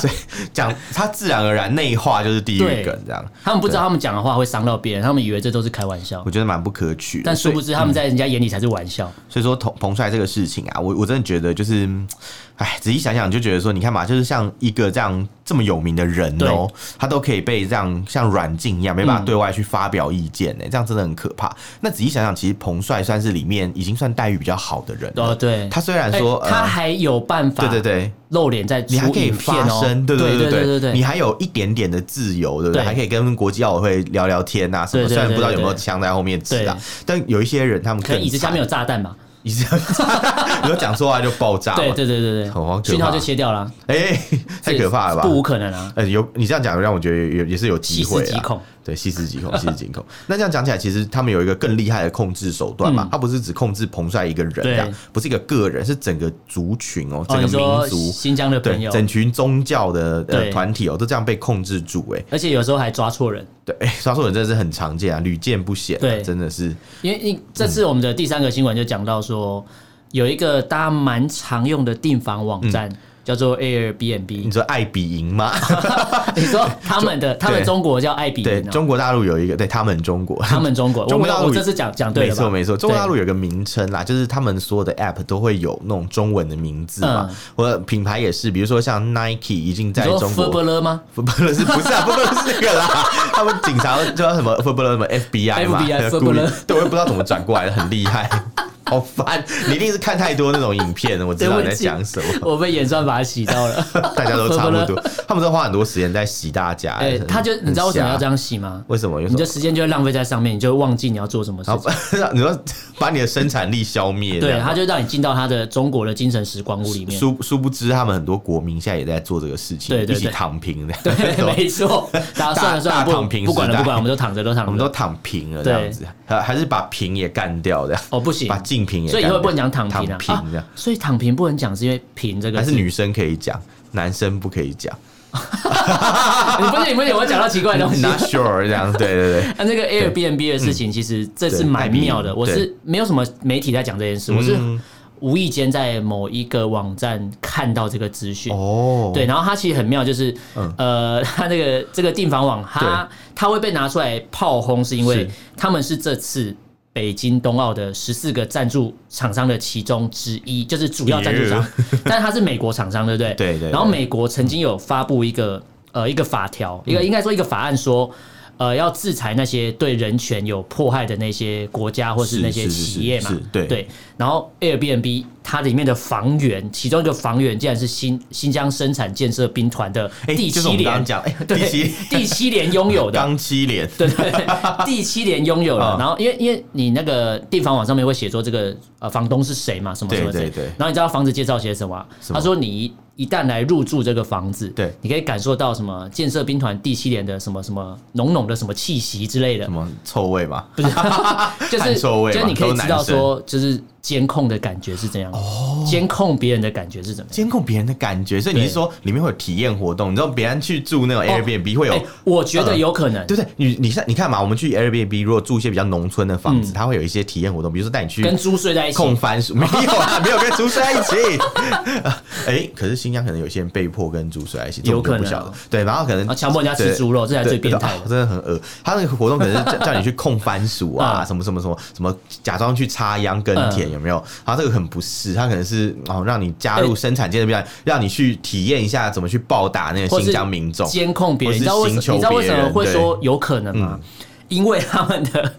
Speaker 1: 所以讲他自然而然内化就是地狱
Speaker 2: 对
Speaker 1: 梗这样，
Speaker 2: 他们不知道他们讲的话会伤到别人，他们以为这都是开玩笑
Speaker 1: 我，觉得蛮不可取的。
Speaker 2: 但殊
Speaker 1: 所以
Speaker 2: 不知他们在人家眼里才是玩笑。
Speaker 1: 所以说彭彭帅这个事情啊，我我真的觉得就是，嗯哎，仔细想想就觉得说，你看嘛，就是像一个这样这么有名的人哦、他都可以被这样像软禁一样，没办
Speaker 2: 嗯
Speaker 1: 法对外去发表意见欸呢、这样真的很可怕。那仔细想想，其实彭帅算是里面已经算待遇比较好的人了。
Speaker 2: 哦，对，
Speaker 1: 他虽然说，
Speaker 2: 哎他
Speaker 1: 呃
Speaker 2: 还有办法，
Speaker 1: 对对对，
Speaker 2: 露脸在出
Speaker 1: 你还可以
Speaker 2: 影片
Speaker 1: 发
Speaker 2: 哦，
Speaker 1: 声，对
Speaker 2: 对
Speaker 1: 对
Speaker 2: 对
Speaker 1: 对
Speaker 2: 对
Speaker 1: 你还有一点点的自由，对不对？
Speaker 2: 对
Speaker 1: 还可以跟国际奥委会聊聊天啊什么，
Speaker 2: 对对
Speaker 1: 虽然不知道
Speaker 2: 对
Speaker 1: 有
Speaker 2: 对
Speaker 1: 没有
Speaker 2: 对
Speaker 1: 枪在后面指啊，但有一些人他们
Speaker 2: 可能椅子下
Speaker 1: 更
Speaker 2: 面有
Speaker 1: 惨
Speaker 2: 炸弹嘛？
Speaker 1: 椅子下面，你说讲错话就爆炸嘛，
Speaker 2: 对对对对
Speaker 1: 好好可
Speaker 2: 对，
Speaker 1: 怕
Speaker 2: 讯号就切掉了啊，
Speaker 1: 哎、太可怕了吧！
Speaker 2: 不无可能啊，
Speaker 1: 呃，有你这样讲，让我觉得有也是有
Speaker 2: 细
Speaker 1: 机
Speaker 2: 思
Speaker 1: 会
Speaker 2: 极
Speaker 1: 啊。
Speaker 2: 恐。
Speaker 1: 对，细思极恐，细思极恐。 那这样讲起来，其实他们有一个更厉害的控制手段嘛，他不是只控制彭帅一个人这样
Speaker 2: 嗯对，
Speaker 1: 不是一个个人，是整个族群哦，
Speaker 2: 哦，
Speaker 1: 整
Speaker 2: 你
Speaker 1: 个民
Speaker 2: 说
Speaker 1: 族，
Speaker 2: 新疆的朋
Speaker 1: 对，
Speaker 2: 友，
Speaker 1: 整群宗教的呃
Speaker 2: 对
Speaker 1: 团体哦，都这样被控制住、哎，
Speaker 2: 而且有时候还抓错人。
Speaker 1: 对，哎、抓错人真的是很常见啊，屡见不鲜、啊，
Speaker 2: 对
Speaker 1: 真的是
Speaker 2: 因为因这
Speaker 1: 嗯
Speaker 2: 次我们的第三个新闻就讲到说，有一个大家蛮常用的订房网站、
Speaker 1: 嗯
Speaker 2: 叫做
Speaker 1: 你
Speaker 2: Airbnb，
Speaker 1: 说爱比赢吗？
Speaker 2: 啊你说他们 的他们中国叫爱比
Speaker 1: 对，
Speaker 2: 营、哦，
Speaker 1: 中国大陆有一个，对他们中国，
Speaker 2: 他们中国，
Speaker 1: 中
Speaker 2: 我
Speaker 1: 国
Speaker 2: 们
Speaker 1: 大陆
Speaker 2: 我这次讲讲对
Speaker 1: 没
Speaker 2: 了吧？
Speaker 1: 错没错，中国大陆
Speaker 2: 对
Speaker 1: 有个名称啦，就是他们所有的 App 都会有那种中文的名字嘛
Speaker 2: 嗯，
Speaker 1: 或者品牌也是，比如说像 Nike 已经在
Speaker 2: 你说
Speaker 1: 中
Speaker 2: f e r b
Speaker 1: 国。
Speaker 2: l 吗？
Speaker 1: 不不是不是啊，不是那个啦，他们警察叫什么？不不什么 FBI 嘛
Speaker 2: FBI
Speaker 1: 故意
Speaker 2: Furblur
Speaker 1: 对，我也不知道怎么转过来的，很厉害，好烦！你一定是看太多那种影片了，我知道你在讲什么，
Speaker 2: 我被演算法洗到了。
Speaker 1: 大家都差不多，他们都花很多时间在洗大家。
Speaker 2: 哎、
Speaker 1: 很
Speaker 2: 他就你知道为什么要这？
Speaker 1: 很瞎
Speaker 2: 样洗吗？
Speaker 1: 为什么？有什
Speaker 2: 你
Speaker 1: 么
Speaker 2: 的时间就会浪费在上面，你就会忘记你要做什么事
Speaker 1: 然
Speaker 2: 情。
Speaker 1: 后你说把你的生产力消灭，这
Speaker 2: 对，
Speaker 1: 样
Speaker 2: 他就让你进到他的中国的精神时光屋 里面。
Speaker 1: 殊殊不知，他们很多国民现在也在做这个事情，
Speaker 2: 对对对
Speaker 1: 一起躺平的，
Speaker 2: 对， 没错。大家算了算
Speaker 1: 大
Speaker 2: 了，
Speaker 1: 躺平
Speaker 2: 不不管
Speaker 1: 时
Speaker 2: 了
Speaker 1: 代
Speaker 2: 不管了，我们都躺着都躺着。
Speaker 1: 我们都躺平了这样子，还还是把平也干掉的，
Speaker 2: 哦不行
Speaker 1: 把竞平也
Speaker 2: 所
Speaker 1: 干掉，
Speaker 2: 以以后不能讲躺
Speaker 1: 躺
Speaker 2: 平啊，
Speaker 1: 平这样
Speaker 2: 啊，所以躺平不能讲，是因为“平”这个
Speaker 1: 还
Speaker 2: 字
Speaker 1: 是 女生可以讲，男生不可以 讲
Speaker 2: 你不是你不是我讲到奇怪的东西。啊
Speaker 1: ，Not sure 这样，对对对。嗯
Speaker 2: 那这个 Airbnb 的事情，其实这是
Speaker 1: 对
Speaker 2: 蛮妙的。
Speaker 1: Airbnb，
Speaker 2: 我是
Speaker 1: 对嗯
Speaker 2: 没有什么媒体在讲这件 事，我是无意间在某一个网站看到这个资讯。
Speaker 1: 哦，嗯
Speaker 2: 对，然后它其实很妙，就是、呃， 它那个这个订房网，它它会被拿出来炮轰，是因为
Speaker 1: 是
Speaker 2: 他们是这次北京冬奥的十四个赞助厂商的其中之一，就是主要赞助商，但它是美国厂商，对不 对？
Speaker 1: 对对对
Speaker 2: 然后美国曾经有发布一个呃一个法条，
Speaker 1: 嗯
Speaker 2: 一个应该说一个法案说。呃，要制裁那些对人权有迫害的那些国家或是
Speaker 1: 是
Speaker 2: 那些
Speaker 1: 是是
Speaker 2: 企业嘛
Speaker 1: 是，对
Speaker 2: 对。然后 Airbnb 它里面的房源，其中一个房源竟然是新新疆生产建设兵团的
Speaker 1: 哎，
Speaker 2: 第
Speaker 1: 就是
Speaker 2: 七
Speaker 1: 我们刚刚
Speaker 2: 连，
Speaker 1: 讲，哎，
Speaker 2: 对
Speaker 1: 第七
Speaker 2: 第七连拥 有的，
Speaker 1: 刚七连，
Speaker 2: 对对，对，第七年拥有了。
Speaker 1: 嗯
Speaker 2: 然后因为因为你那个订房网上面会写说这个呃房东是谁嘛，什么什么
Speaker 1: 对
Speaker 2: 谁。
Speaker 1: 对对
Speaker 2: 然后你知道房子介绍写什么啊？
Speaker 1: 么
Speaker 2: 他说你一一旦来入住这个房子，
Speaker 1: 对
Speaker 2: 你可以感受到什么建设兵团第七年的什么什么浓浓的什么气息之类的
Speaker 1: 什。么臭味嘛？啊
Speaker 2: 不是，就是
Speaker 1: 汗臭味
Speaker 2: 就
Speaker 1: 嘛
Speaker 2: 是你可以
Speaker 1: 都是
Speaker 2: 知道
Speaker 1: 男生哦
Speaker 2: 说，就是监控的感觉是怎样，监控别人的感觉是怎么样。
Speaker 1: 监控别人的感觉，所以你
Speaker 2: 对
Speaker 1: 是说里面会有体验活动？你知道别人去住那种 Airbnb 会有嗯
Speaker 2: 哎，我觉得有可能
Speaker 1: 对不对？你你看你看嘛，我们去 Airbnb 如果住一些比较农村的房子，它会有一些体验活动，比如说带你去
Speaker 2: 嗯跟猪睡在一起，
Speaker 1: 控番薯，没有 啦，没有跟猪睡在一起。 哎、可是新疆可能有些人被迫跟猪睡在一起，这
Speaker 2: 有
Speaker 1: 我就
Speaker 2: 可能
Speaker 1: 不晓得
Speaker 2: 哦。
Speaker 1: 对，然后可能
Speaker 2: 啊强迫人家吃
Speaker 1: 对
Speaker 2: 猪肉这才
Speaker 1: 对
Speaker 2: 最变态
Speaker 1: 对
Speaker 2: 的
Speaker 1: 啊真的很恶。他那个活动可能是叫 叫你去控番薯啊，
Speaker 2: 嗯
Speaker 1: 什么什么什么什么，假装去插秧耕田，
Speaker 2: 嗯
Speaker 1: 有没有？然后这个很不是，他可能是哦让你加入生产界的，让让你去体验一下怎么去暴打那
Speaker 2: 或
Speaker 1: 个
Speaker 2: 是
Speaker 1: 新疆民众。
Speaker 2: 监控别
Speaker 1: 或
Speaker 2: 人，你
Speaker 1: 是
Speaker 2: 知道为什
Speaker 1: 刑求
Speaker 2: 你知道为什么会
Speaker 1: 别人嗯
Speaker 2: 说有可能吗？因为他们的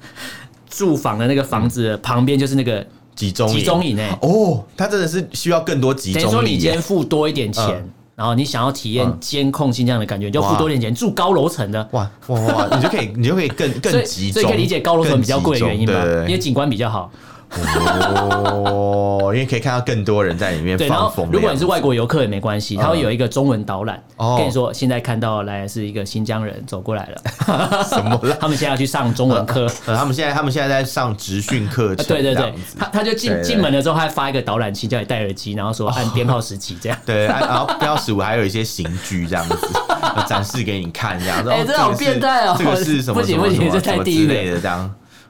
Speaker 2: 住房的那个房子的旁边就是那个，
Speaker 1: 集中
Speaker 2: 集中营欸
Speaker 1: 哦，他真的是需要更多集
Speaker 2: 等于说
Speaker 1: 中
Speaker 2: 你
Speaker 1: 营
Speaker 2: 今
Speaker 1: 欸
Speaker 2: 天付多一点钱
Speaker 1: 嗯，
Speaker 2: 然后你想要体验
Speaker 1: 嗯
Speaker 2: 监控新疆的感觉，你就付
Speaker 1: 哇
Speaker 2: 多一点钱住高楼层的。
Speaker 1: 哇哇哇！哇你就 可以，你就可以更
Speaker 2: 所
Speaker 1: 更
Speaker 2: 以，
Speaker 1: 集
Speaker 2: 所
Speaker 1: 中，
Speaker 2: 以可以理解高楼层比较贵的原因吧
Speaker 1: 更集中对对，对
Speaker 2: 因为景观比较好。
Speaker 1: 哦，因为可以看到更多人在里面
Speaker 2: 对，然
Speaker 1: 放
Speaker 2: 后
Speaker 1: 风的样子。嗯
Speaker 2: 如果你是外国游客也没关系，他会有一个中文导览，
Speaker 1: 哦
Speaker 2: 跟你说现在看到来是一个新疆人走过来了，
Speaker 1: 什么啦？
Speaker 2: 他们现在要去上中 文课。
Speaker 1: 呃，他们现在他们现在在上职训课程，
Speaker 2: 呃对对
Speaker 1: 这
Speaker 2: 对
Speaker 1: 样子，
Speaker 2: 他他就进
Speaker 1: 对对
Speaker 2: 进门了之后，他还发一个导览器，叫你戴耳机，然后说按编号十几 这样。
Speaker 1: 对，啊然后标识我还有一些刑具这样子呃展示给你看，这样子。
Speaker 2: 哎
Speaker 1: 哦
Speaker 2: 这好
Speaker 1: 个是
Speaker 2: 变态哦
Speaker 1: 这个是什么？
Speaker 2: 不行
Speaker 1: 什么
Speaker 2: 不行
Speaker 1: 什么
Speaker 2: 这太
Speaker 1: 什么
Speaker 2: 地
Speaker 1: 之
Speaker 2: 狱了
Speaker 1: 类的，这样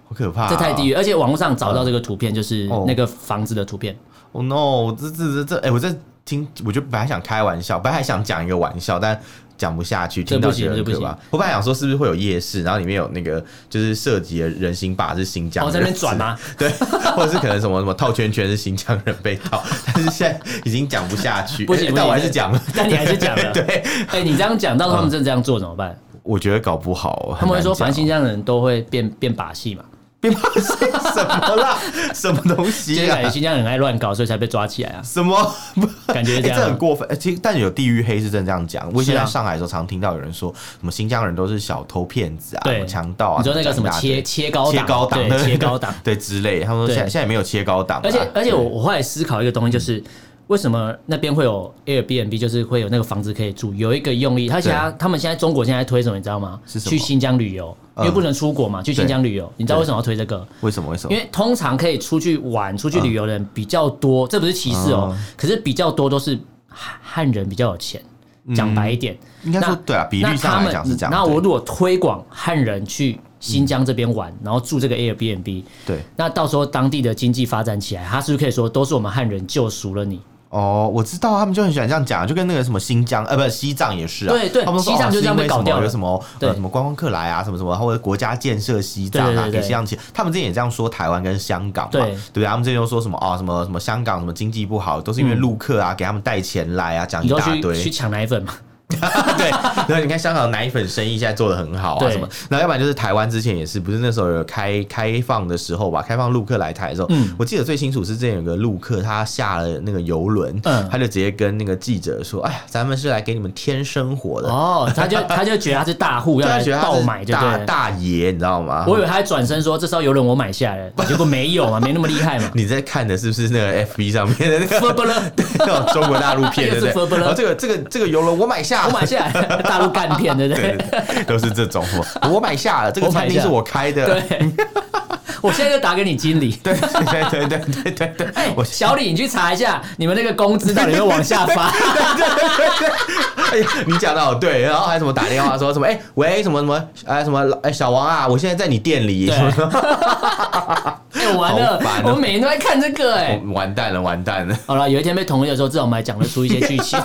Speaker 1: 好可怕哦。
Speaker 2: 这太地狱，而且网络上找到这个图片，就是
Speaker 1: 哦
Speaker 2: 那个房子的图片。
Speaker 1: ！Oh no！这这这这，哎，我这听，我就本来想开玩笑，本来还想讲一个玩笑，但。讲不下去，
Speaker 2: 这
Speaker 1: 听到
Speaker 2: 不行
Speaker 1: 觉得很
Speaker 2: 这不
Speaker 1: 可
Speaker 2: 行
Speaker 1: 怕。我本来想说是不是会有夜市，然后里面有那个就是涉及的人心把是新疆
Speaker 2: 哦，
Speaker 1: 人，
Speaker 2: 在那边转吗？
Speaker 1: 对，或者是可能什么什么套圈圈是新疆人被套，但是现在已经讲不下去，哎
Speaker 2: 不行不行
Speaker 1: 但我还是讲了。
Speaker 2: 但你还是讲了。
Speaker 1: 对，
Speaker 2: 哎，你这样讲，到时候他们真的这样做怎么办？
Speaker 1: 我觉得搞不好
Speaker 2: 他们会说，反正新
Speaker 1: 疆
Speaker 2: 疆人都会变变把戏嘛，
Speaker 1: 什么啦，什么东
Speaker 2: 就是
Speaker 1: 西
Speaker 2: 感觉
Speaker 1: 啊？
Speaker 2: 新疆人很爱乱搞，所以才被抓起来啊。
Speaker 1: 什么？
Speaker 2: 感觉是
Speaker 1: 哎
Speaker 2: 这样
Speaker 1: 这很过分。哎其实，但有地域黑是真的这样讲。我以前
Speaker 2: 是啊
Speaker 1: 在上海的时候，常听到有人说什么新疆人都是小偷骗子啊，
Speaker 2: 对
Speaker 1: 什么强盗啊，
Speaker 2: 你说那个什么
Speaker 1: 么
Speaker 2: 切切高
Speaker 1: 切高档，
Speaker 2: 对，切高档。
Speaker 1: 对之类。他们说
Speaker 2: 对
Speaker 1: 现在现在也没有切高档啊，
Speaker 2: 而且而呃且我
Speaker 1: 对
Speaker 2: 我后来思考一个东西，就是为什么那边会有 Airbnb，就是会有那个房子可以住，有一个用意。他现在他们现在中国现在推什么，你知道吗？
Speaker 1: 是什么
Speaker 2: 去新疆旅游，因为
Speaker 1: 嗯
Speaker 2: 不能出国嘛，去新疆旅游。你知道为什么要推这个？
Speaker 1: 为什么为什
Speaker 2: 因
Speaker 1: 么？
Speaker 2: 为通常可以出去玩、出去旅游的人比较
Speaker 1: 嗯
Speaker 2: 多，这不是歧视哦，可是比较多都是汉汉人比较有钱。讲白一点，
Speaker 1: 嗯应该说
Speaker 2: 那
Speaker 1: 对啊，比
Speaker 2: 那
Speaker 1: 率
Speaker 2: 他
Speaker 1: 上
Speaker 2: 们
Speaker 1: 来讲是这样。
Speaker 2: 那
Speaker 1: 对嗯
Speaker 2: 我如果推广汉人去新疆这边玩，然后住这个 Airbnb，
Speaker 1: 对
Speaker 2: 那到时候当地的经济发展起来，他是不是可以说都是我们汉人救赎了你？
Speaker 1: 哦，我知道，他们就很喜欢这样讲，就跟那个什么新疆，呃，不，西藏也是啊，
Speaker 2: 对对
Speaker 1: 他们说
Speaker 2: 西藏
Speaker 1: 哦
Speaker 2: 就这样
Speaker 1: 是因为
Speaker 2: 被搞
Speaker 1: 什么
Speaker 2: 掉了
Speaker 1: 有什么
Speaker 2: 对
Speaker 1: 呃什么观光客来啊，什么什么，或者国家建设西藏
Speaker 2: 对对
Speaker 1: 啊，
Speaker 2: 对对
Speaker 1: 给西藏钱，他们之前也这样说台湾跟香港嘛，
Speaker 2: 对
Speaker 1: 对不对？他们之前又说什么哦，什么什么香港什么经济不好，都是因为陆客啊给他们带钱来啊，讲
Speaker 2: 嗯你
Speaker 1: 一
Speaker 2: 都
Speaker 1: 大
Speaker 2: 去去
Speaker 1: 堆，
Speaker 2: 抢奶粉嘛？
Speaker 1: 对，然后你看香港的奶粉生意现在做的很好啊，
Speaker 2: 对
Speaker 1: 什么，然后要不然就是台湾之前也是，不是那时候有开开放的时候吧，开放陆客来台的时候，
Speaker 2: 嗯
Speaker 1: 我记得最清楚是之前有个陆客他下了那个游轮，
Speaker 2: 嗯
Speaker 1: 他就直接跟那个记者说：“哎呀，咱们是来给你们添生活的。
Speaker 2: 哦，他 就他就觉得他是大户，要
Speaker 1: 对他啊
Speaker 2: 来
Speaker 1: 觉得他
Speaker 2: 倒
Speaker 1: 是
Speaker 2: 买，对不
Speaker 1: 大
Speaker 2: 对？
Speaker 1: 大爷，你知道吗？。
Speaker 2: 我以为他还转身说这艘游轮我买下来了，结果没有嘛，没那么厉害嘛
Speaker 1: 你在看的是不是那个 FB 上面的那 个
Speaker 2: 不不了，
Speaker 1: 那种中国大陆片，
Speaker 2: 又
Speaker 1: 对
Speaker 2: 是
Speaker 1: 不对？
Speaker 2: Furbelow
Speaker 1: 然后这个这个这个游轮我买下，
Speaker 2: 我买下来 了，大陆干片，对不
Speaker 1: 对，
Speaker 2: 对？
Speaker 1: 对对都是这种我我买下了，这个
Speaker 2: 我买
Speaker 1: 餐厅
Speaker 2: 下
Speaker 1: 是我开的，
Speaker 2: 对，我现在就打给你经理。
Speaker 1: 对对对对对对对，
Speaker 2: 哎
Speaker 1: 我，
Speaker 2: 小李，你去查一下你们那个工资到底会往下 发。
Speaker 1: 哎呀，你讲的好对，然后还什么打电话说什么哎、喂什么什么哎什么老哎小王啊，我现在在你店里，
Speaker 2: 对
Speaker 1: 什么
Speaker 2: 哎，完了
Speaker 1: 好烦，哦
Speaker 2: 我每天都在看这个，哎。
Speaker 1: 我完蛋了完蛋了，
Speaker 2: 好了，有一天被同意的时候，至少我们还讲得出一些剧情。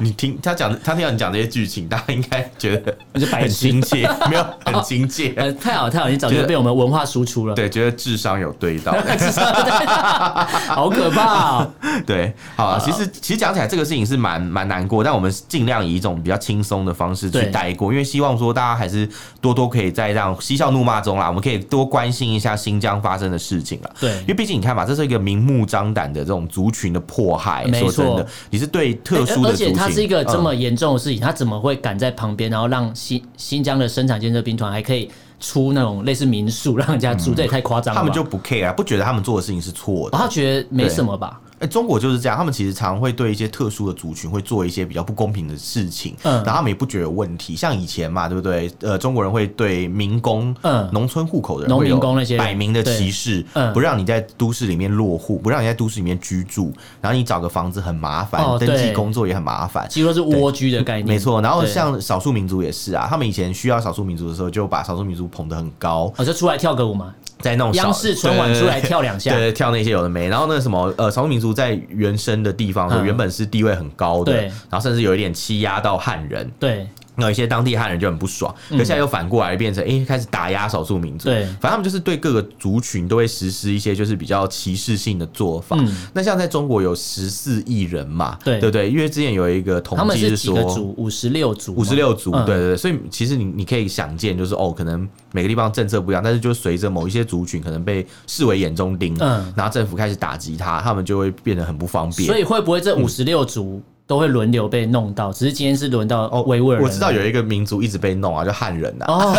Speaker 1: 你听他讲，他听到你讲这些剧情，大家应该觉得
Speaker 2: 我就白
Speaker 1: 很
Speaker 2: 痴
Speaker 1: 亲切，没有很亲切，
Speaker 2: 呃，太好太好，你早就被我们文化输出了，
Speaker 1: 对，觉得智商有对到。
Speaker 2: 好可怕、哦。
Speaker 1: 对，好啊，其实其实讲起来这个事情是蛮蛮难过，但我们尽量以一种比较轻松的方式去
Speaker 2: 对
Speaker 1: 带过，因为希望说大家还是多多可以在这样嬉笑怒骂中啦，我们可以多关心一下新疆发生的事情啦。啊
Speaker 2: 对
Speaker 1: 因为毕竟你看嘛，这是一个明目张胆的这种族群的迫害，
Speaker 2: 没
Speaker 1: 说
Speaker 2: 错
Speaker 1: 真的，你是对 特殊
Speaker 2: 而
Speaker 1: 的
Speaker 2: 哎而
Speaker 1: 族
Speaker 2: 且
Speaker 1: 群，
Speaker 2: 它是一个这
Speaker 1: 嗯
Speaker 2: 么严重的事情，它怎么会赶在旁边，然后让新新疆的生产建设兵团还可以出那种类似民宿让人家住，这也太夸张
Speaker 1: 嗯
Speaker 2: 了吧。
Speaker 1: 他们就不 care 啊，不觉得他们做的事情是错的
Speaker 2: 哦、。他觉得没什么吧？
Speaker 1: 哎、中国就是这样，他们其实常会对一些特殊的族群会做一些比较不公平的事情，
Speaker 2: 嗯
Speaker 1: 然后他们也不觉得有问题。像以前嘛，对不对？呃，中国人会对民工、
Speaker 2: 嗯
Speaker 1: 农村户口的人
Speaker 2: 农
Speaker 1: 会
Speaker 2: 民
Speaker 1: 有
Speaker 2: 工那些人
Speaker 1: 摆明的歧视，
Speaker 2: 对嗯
Speaker 1: 不让你在都市里面落户，不让你在都市里面居住，然后你找个房子很麻烦，
Speaker 2: 哦
Speaker 1: 登记
Speaker 2: 对
Speaker 1: 工作也很麻烦。
Speaker 2: 几乎都是蜗居的概念。
Speaker 1: 没错，然后
Speaker 2: 对
Speaker 1: 像少数民族也是啊，他们以前需要少数民族的时候，就把少数民族捧得很高，
Speaker 2: 哦我、就出来跳个舞嘛，
Speaker 1: 在那种
Speaker 2: 央
Speaker 1: 哦少
Speaker 2: 视春晚
Speaker 1: 对对对
Speaker 2: 出来跳两下
Speaker 1: 对对，跳那些有的没。然后那个什么，呃，少数民族在原生的地方的时候，
Speaker 2: 嗯
Speaker 1: 原本是地位很高的，
Speaker 2: 对
Speaker 1: 然后甚至有一点欺压到汉人，
Speaker 2: 对，
Speaker 1: 那有一些当地汉人就很不爽，可现在又反过来变成，哎、开始打压少数民族。
Speaker 2: 嗯对
Speaker 1: 反正他们就是对各个族群都会实施一些就是比较歧视性的做法。
Speaker 2: 嗯
Speaker 1: 那像在中国有十四亿人嘛，
Speaker 2: 对
Speaker 1: 对不对？因为之前有一个统
Speaker 2: 他们
Speaker 1: 计
Speaker 2: 是几
Speaker 1: 说，
Speaker 2: 个族？五十六族吗，
Speaker 1: 五十六族，
Speaker 2: 嗯
Speaker 1: 对对对，所以其实你你可以想见，就是哦，可能每个地方政策不一样，但是就随着某一些族群可能被视为眼中钉，
Speaker 2: 嗯
Speaker 1: 然后政府开始打击他，他们就会变得很不方便。
Speaker 2: 所以会不会
Speaker 1: 嗯
Speaker 2: 这五十六族都会轮流被弄到？只是今天是轮到
Speaker 1: 哦
Speaker 2: 维吾尔人啊哦
Speaker 1: 我知道有一个民族一直被弄啊，就汉人呐、啊，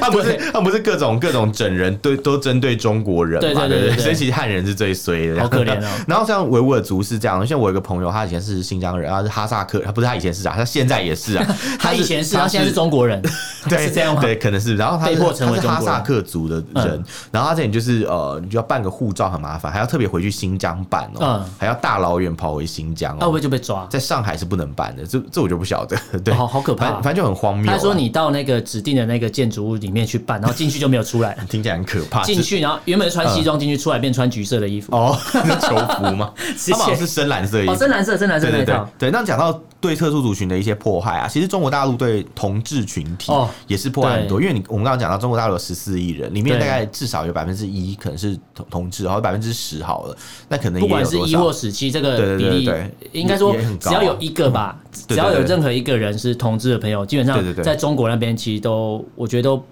Speaker 1: 他不是他不是各种各种整人，对，都针对中国人嘛，
Speaker 2: 对对
Speaker 1: 对
Speaker 2: 对对对
Speaker 1: 所以其实汉人是最衰的，
Speaker 2: 好可怜哦
Speaker 1: 然后像维吾尔族是这样，像我有一个朋友，他以前是新疆人，他是哈萨克，他不是他以前是啊，他现在也 是啊，
Speaker 2: 他以前是，他现在是中国人，
Speaker 1: 对，
Speaker 2: 是这样吗？
Speaker 1: 对，可能是。然后他是
Speaker 2: 被迫成为中国
Speaker 1: 他
Speaker 2: 人嗯
Speaker 1: 是哈萨克族的人，然后他这里就是呃，你就要办个护照很麻烦，还要特别回去新疆办哦，
Speaker 2: 嗯
Speaker 1: 还要大老远跑回新疆
Speaker 2: 那会不
Speaker 1: 哦。
Speaker 2: 会就被抓？
Speaker 1: 在上海是不能办的，这这我就不晓得。对，
Speaker 2: 哦好好可怕
Speaker 1: 反反正就很荒谬啊。
Speaker 2: 他说你到那个指定的那个建筑物里面去办，然后进去就没有
Speaker 1: 。
Speaker 2: 出来了
Speaker 1: 听起来很可怕。
Speaker 2: 进
Speaker 1: 啊是
Speaker 2: 去，然后原本穿西装进去，出来变穿橘色的衣服。
Speaker 1: 哦， 是囚服 吗？
Speaker 2: 谢谢
Speaker 1: 他们好像是深蓝嗯色的衣
Speaker 2: 哦，
Speaker 1: 服。
Speaker 2: 深蓝色，深蓝色
Speaker 1: 对
Speaker 2: 那
Speaker 1: 对
Speaker 2: 一
Speaker 1: 对
Speaker 2: 套。
Speaker 1: 对，那讲到对特殊族群的一些迫害啊，其实中国大陆对同志群体
Speaker 2: 哦
Speaker 1: 也是迫害很多，
Speaker 2: 对
Speaker 1: 因为你我们刚刚讲到中国大陆有十四亿人，里面
Speaker 2: 对
Speaker 1: 大概至少有百分之一可能是同同志，然后百分之十好了，那可能
Speaker 2: 不
Speaker 1: 也有
Speaker 2: 管是
Speaker 1: 多
Speaker 2: 一
Speaker 1: 少
Speaker 2: 或？十七，这个
Speaker 1: 对
Speaker 2: 比
Speaker 1: 对对
Speaker 2: 例
Speaker 1: 对
Speaker 2: 应该说
Speaker 1: 也也很，高
Speaker 2: 只
Speaker 1: 啊
Speaker 2: 要有一个吧，只
Speaker 1: 对对
Speaker 2: 要有
Speaker 1: 对
Speaker 2: 任何一个人是同志的朋友，基本上
Speaker 1: 对对对
Speaker 2: 在中国那边其实都，我觉得都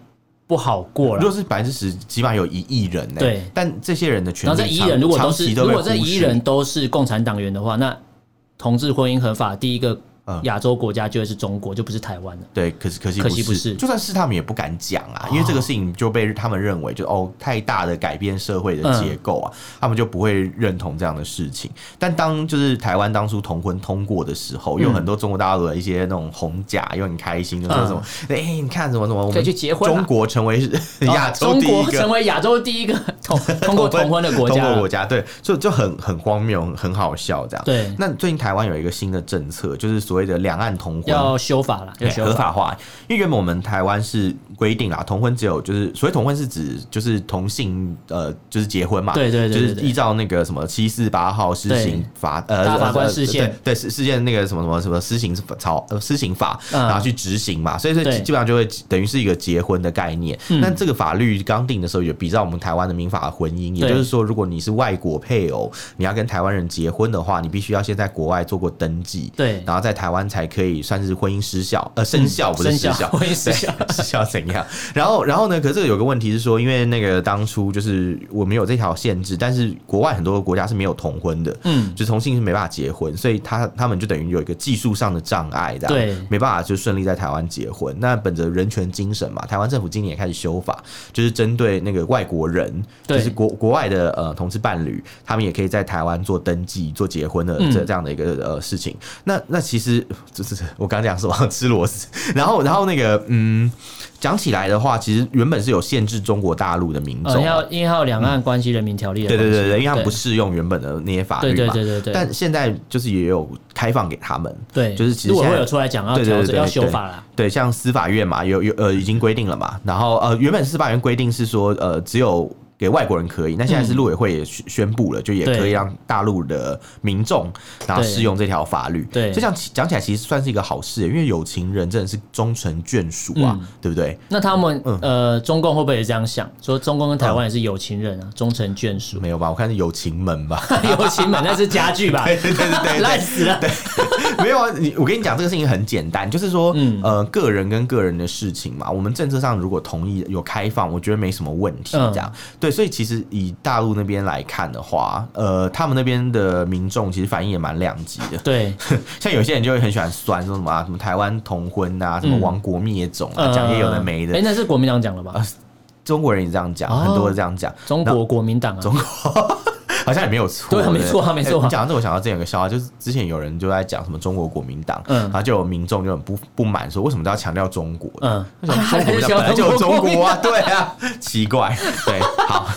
Speaker 2: 不好过
Speaker 1: 如果
Speaker 2: 了。
Speaker 1: 是百分之十，起码有一亿人呢、
Speaker 2: 对
Speaker 1: 但这些人的权
Speaker 2: 然
Speaker 1: 利
Speaker 2: 后
Speaker 1: 长，
Speaker 2: 这一人如果都
Speaker 1: 长
Speaker 2: 是
Speaker 1: 期
Speaker 2: 如
Speaker 1: 被
Speaker 2: 果这
Speaker 1: 忽
Speaker 2: 一
Speaker 1: 视
Speaker 2: 人都是共产党员的话，那同志婚姻合法第一个
Speaker 1: 嗯
Speaker 2: 亚洲国家就会是中国，就不是台湾了。
Speaker 1: 对，可是可惜
Speaker 2: 可
Speaker 1: 不
Speaker 2: 惜不是哦
Speaker 1: 就算是他们也不敢讲啊，因为这个事情就被他们认为就哦太大的改变社会的
Speaker 2: 嗯
Speaker 1: 结构啊，他们就不会认同这样的事情。但当就是台湾当初同婚通过的时候，
Speaker 2: 嗯
Speaker 1: 有很多中国大陆的一些那种红甲又很开心，就说什么哎、你看什么什么，我
Speaker 2: 可
Speaker 1: 们
Speaker 2: 以去嗯结婚啦
Speaker 1: 中国成为 亚洲
Speaker 2: 哦中
Speaker 1: 第一
Speaker 2: 国
Speaker 1: 个
Speaker 2: 成为亚洲 第一个同通过同婚的国
Speaker 1: 通
Speaker 2: 家
Speaker 1: 过
Speaker 2: 了
Speaker 1: 国。家对，就就很很荒谬，很很好笑这样。
Speaker 2: 对
Speaker 1: 那最近台湾有一个新的政策，就是所谓的两岸同婚。
Speaker 2: 要修法了，要
Speaker 1: 对
Speaker 2: 修
Speaker 1: 哎合
Speaker 2: 法。
Speaker 1: 法化，因为原本我们台湾是规定啦，同婚只有就是所谓同婚是指就是同性呃就是结婚嘛，
Speaker 2: 对对对对
Speaker 1: 就是
Speaker 2: 对
Speaker 1: 依照那个什么七四八号施行
Speaker 2: 对
Speaker 1: 法呃
Speaker 2: 大法官
Speaker 1: 呃
Speaker 2: 释宪
Speaker 1: 对对事事件那个什么什么什么施行草呃施行法，
Speaker 2: 嗯
Speaker 1: 然后去执行嘛，所以说
Speaker 2: 对嗯
Speaker 1: 基本上就会等于是一个结婚的概念。那这个法律刚定的时候，也比照我们台湾的民法的婚姻，也
Speaker 2: 对
Speaker 1: 就是说，如果你是外国配偶，你要跟台湾人结婚的话，你必须要先在国外做过登记，
Speaker 2: 对
Speaker 1: 然后在台湾才可以算是婚姻失效，呃，生效不是
Speaker 2: 生
Speaker 1: 失
Speaker 2: 效
Speaker 1: 效，
Speaker 2: 婚姻失效
Speaker 1: 对， 失效怎样？然后，然后呢？可是这个有个问题是说，因为那个当初就是我们有这条限制，但是国外很多国家是没有同婚的，
Speaker 2: 嗯，
Speaker 1: 就同性是没办法结婚，所以他他们就等于有一个技术上的障碍，这样
Speaker 2: 对
Speaker 1: 没办法就顺利在台湾结婚。那本着人权精神嘛，台湾政府今年也开始修法，就是针对那个外国人，就
Speaker 2: 对
Speaker 1: 是国国外的呃同志伴侣，他们也可以在台湾做登记、做结婚的这
Speaker 2: 嗯
Speaker 1: 这样的一个、呃事情。那那其实就是我刚讲什么 吃螺丝，然后然后那个嗯，讲起来的话，其实原本是有限制中国大陆的民
Speaker 2: 呃，
Speaker 1: 众啊、
Speaker 2: 要因为还有两岸关系人民条例的
Speaker 1: 对
Speaker 2: 关
Speaker 1: 对
Speaker 2: 系，
Speaker 1: 对对，因为他们不适用原本的那些法律
Speaker 2: 对
Speaker 1: 嘛。
Speaker 2: 对对对对，
Speaker 1: 但现在就是也有开放给他们，
Speaker 2: 对，
Speaker 1: 就是其实
Speaker 2: 如果
Speaker 1: 现
Speaker 2: 会
Speaker 1: 在
Speaker 2: 有出来讲要
Speaker 1: 对对
Speaker 2: 调
Speaker 1: 对
Speaker 2: 整
Speaker 1: 对
Speaker 2: 要修
Speaker 1: 对
Speaker 2: 法啦，
Speaker 1: 对，像司法院嘛，有有呃已经规定了嘛，然后呃原本司法院规定是说呃只有给外国人可以，那现在是陆委会也宣宣布了，就也可以让大陆的民众然后
Speaker 2: 对
Speaker 1: 适用这条法律。
Speaker 2: 对
Speaker 1: 这样其讲起来其实算是一个好事耶，因为有情人真的是终成眷属啊，
Speaker 2: 嗯
Speaker 1: 对不对？
Speaker 2: 那他们
Speaker 1: 嗯
Speaker 2: 呃，中共会不会也这样想？说中共跟台湾也是有情人啊，终成眷属。
Speaker 1: 没有吧？我看是有情门吧。
Speaker 2: 有情人那是家具吧？
Speaker 1: 对对对对
Speaker 2: 烂死了。
Speaker 1: 没有啊，你我跟你讲，这个事情很简单，就是说，
Speaker 2: 嗯
Speaker 1: 呃，个人跟个人的事情嘛，我们政策上如果同意有开放，我觉得没什么问题。
Speaker 2: 嗯
Speaker 1: 这样、对，所以其实以大陆那边来看的话，呃，他们那边的民众其实反应也蛮两极的。
Speaker 2: 对，
Speaker 1: 像有些人就会很喜欢酸，说什么、啊、什么台湾同婚啊，什么
Speaker 2: 嗯
Speaker 1: 亡国灭种啊，
Speaker 2: 呃
Speaker 1: 讲、也有的没的。啊
Speaker 2: 哎，那是国民党讲了吧？
Speaker 1: 中国人也这样讲，
Speaker 2: 哦
Speaker 1: 很多人这样讲。
Speaker 2: 中国国民党啊，
Speaker 1: 好像也没有错，
Speaker 2: 对啊没错啊没错
Speaker 1: 哎
Speaker 2: 啊
Speaker 1: 你讲到这，我想到之前有个笑话，就是之前有人就在讲什么中国国民党，
Speaker 2: 嗯
Speaker 1: 然后就有民众就很不不满，说为什么都要强调中国？
Speaker 2: 嗯，
Speaker 1: 为什么中 国本来就有中国啊， 对啊，奇怪，对，好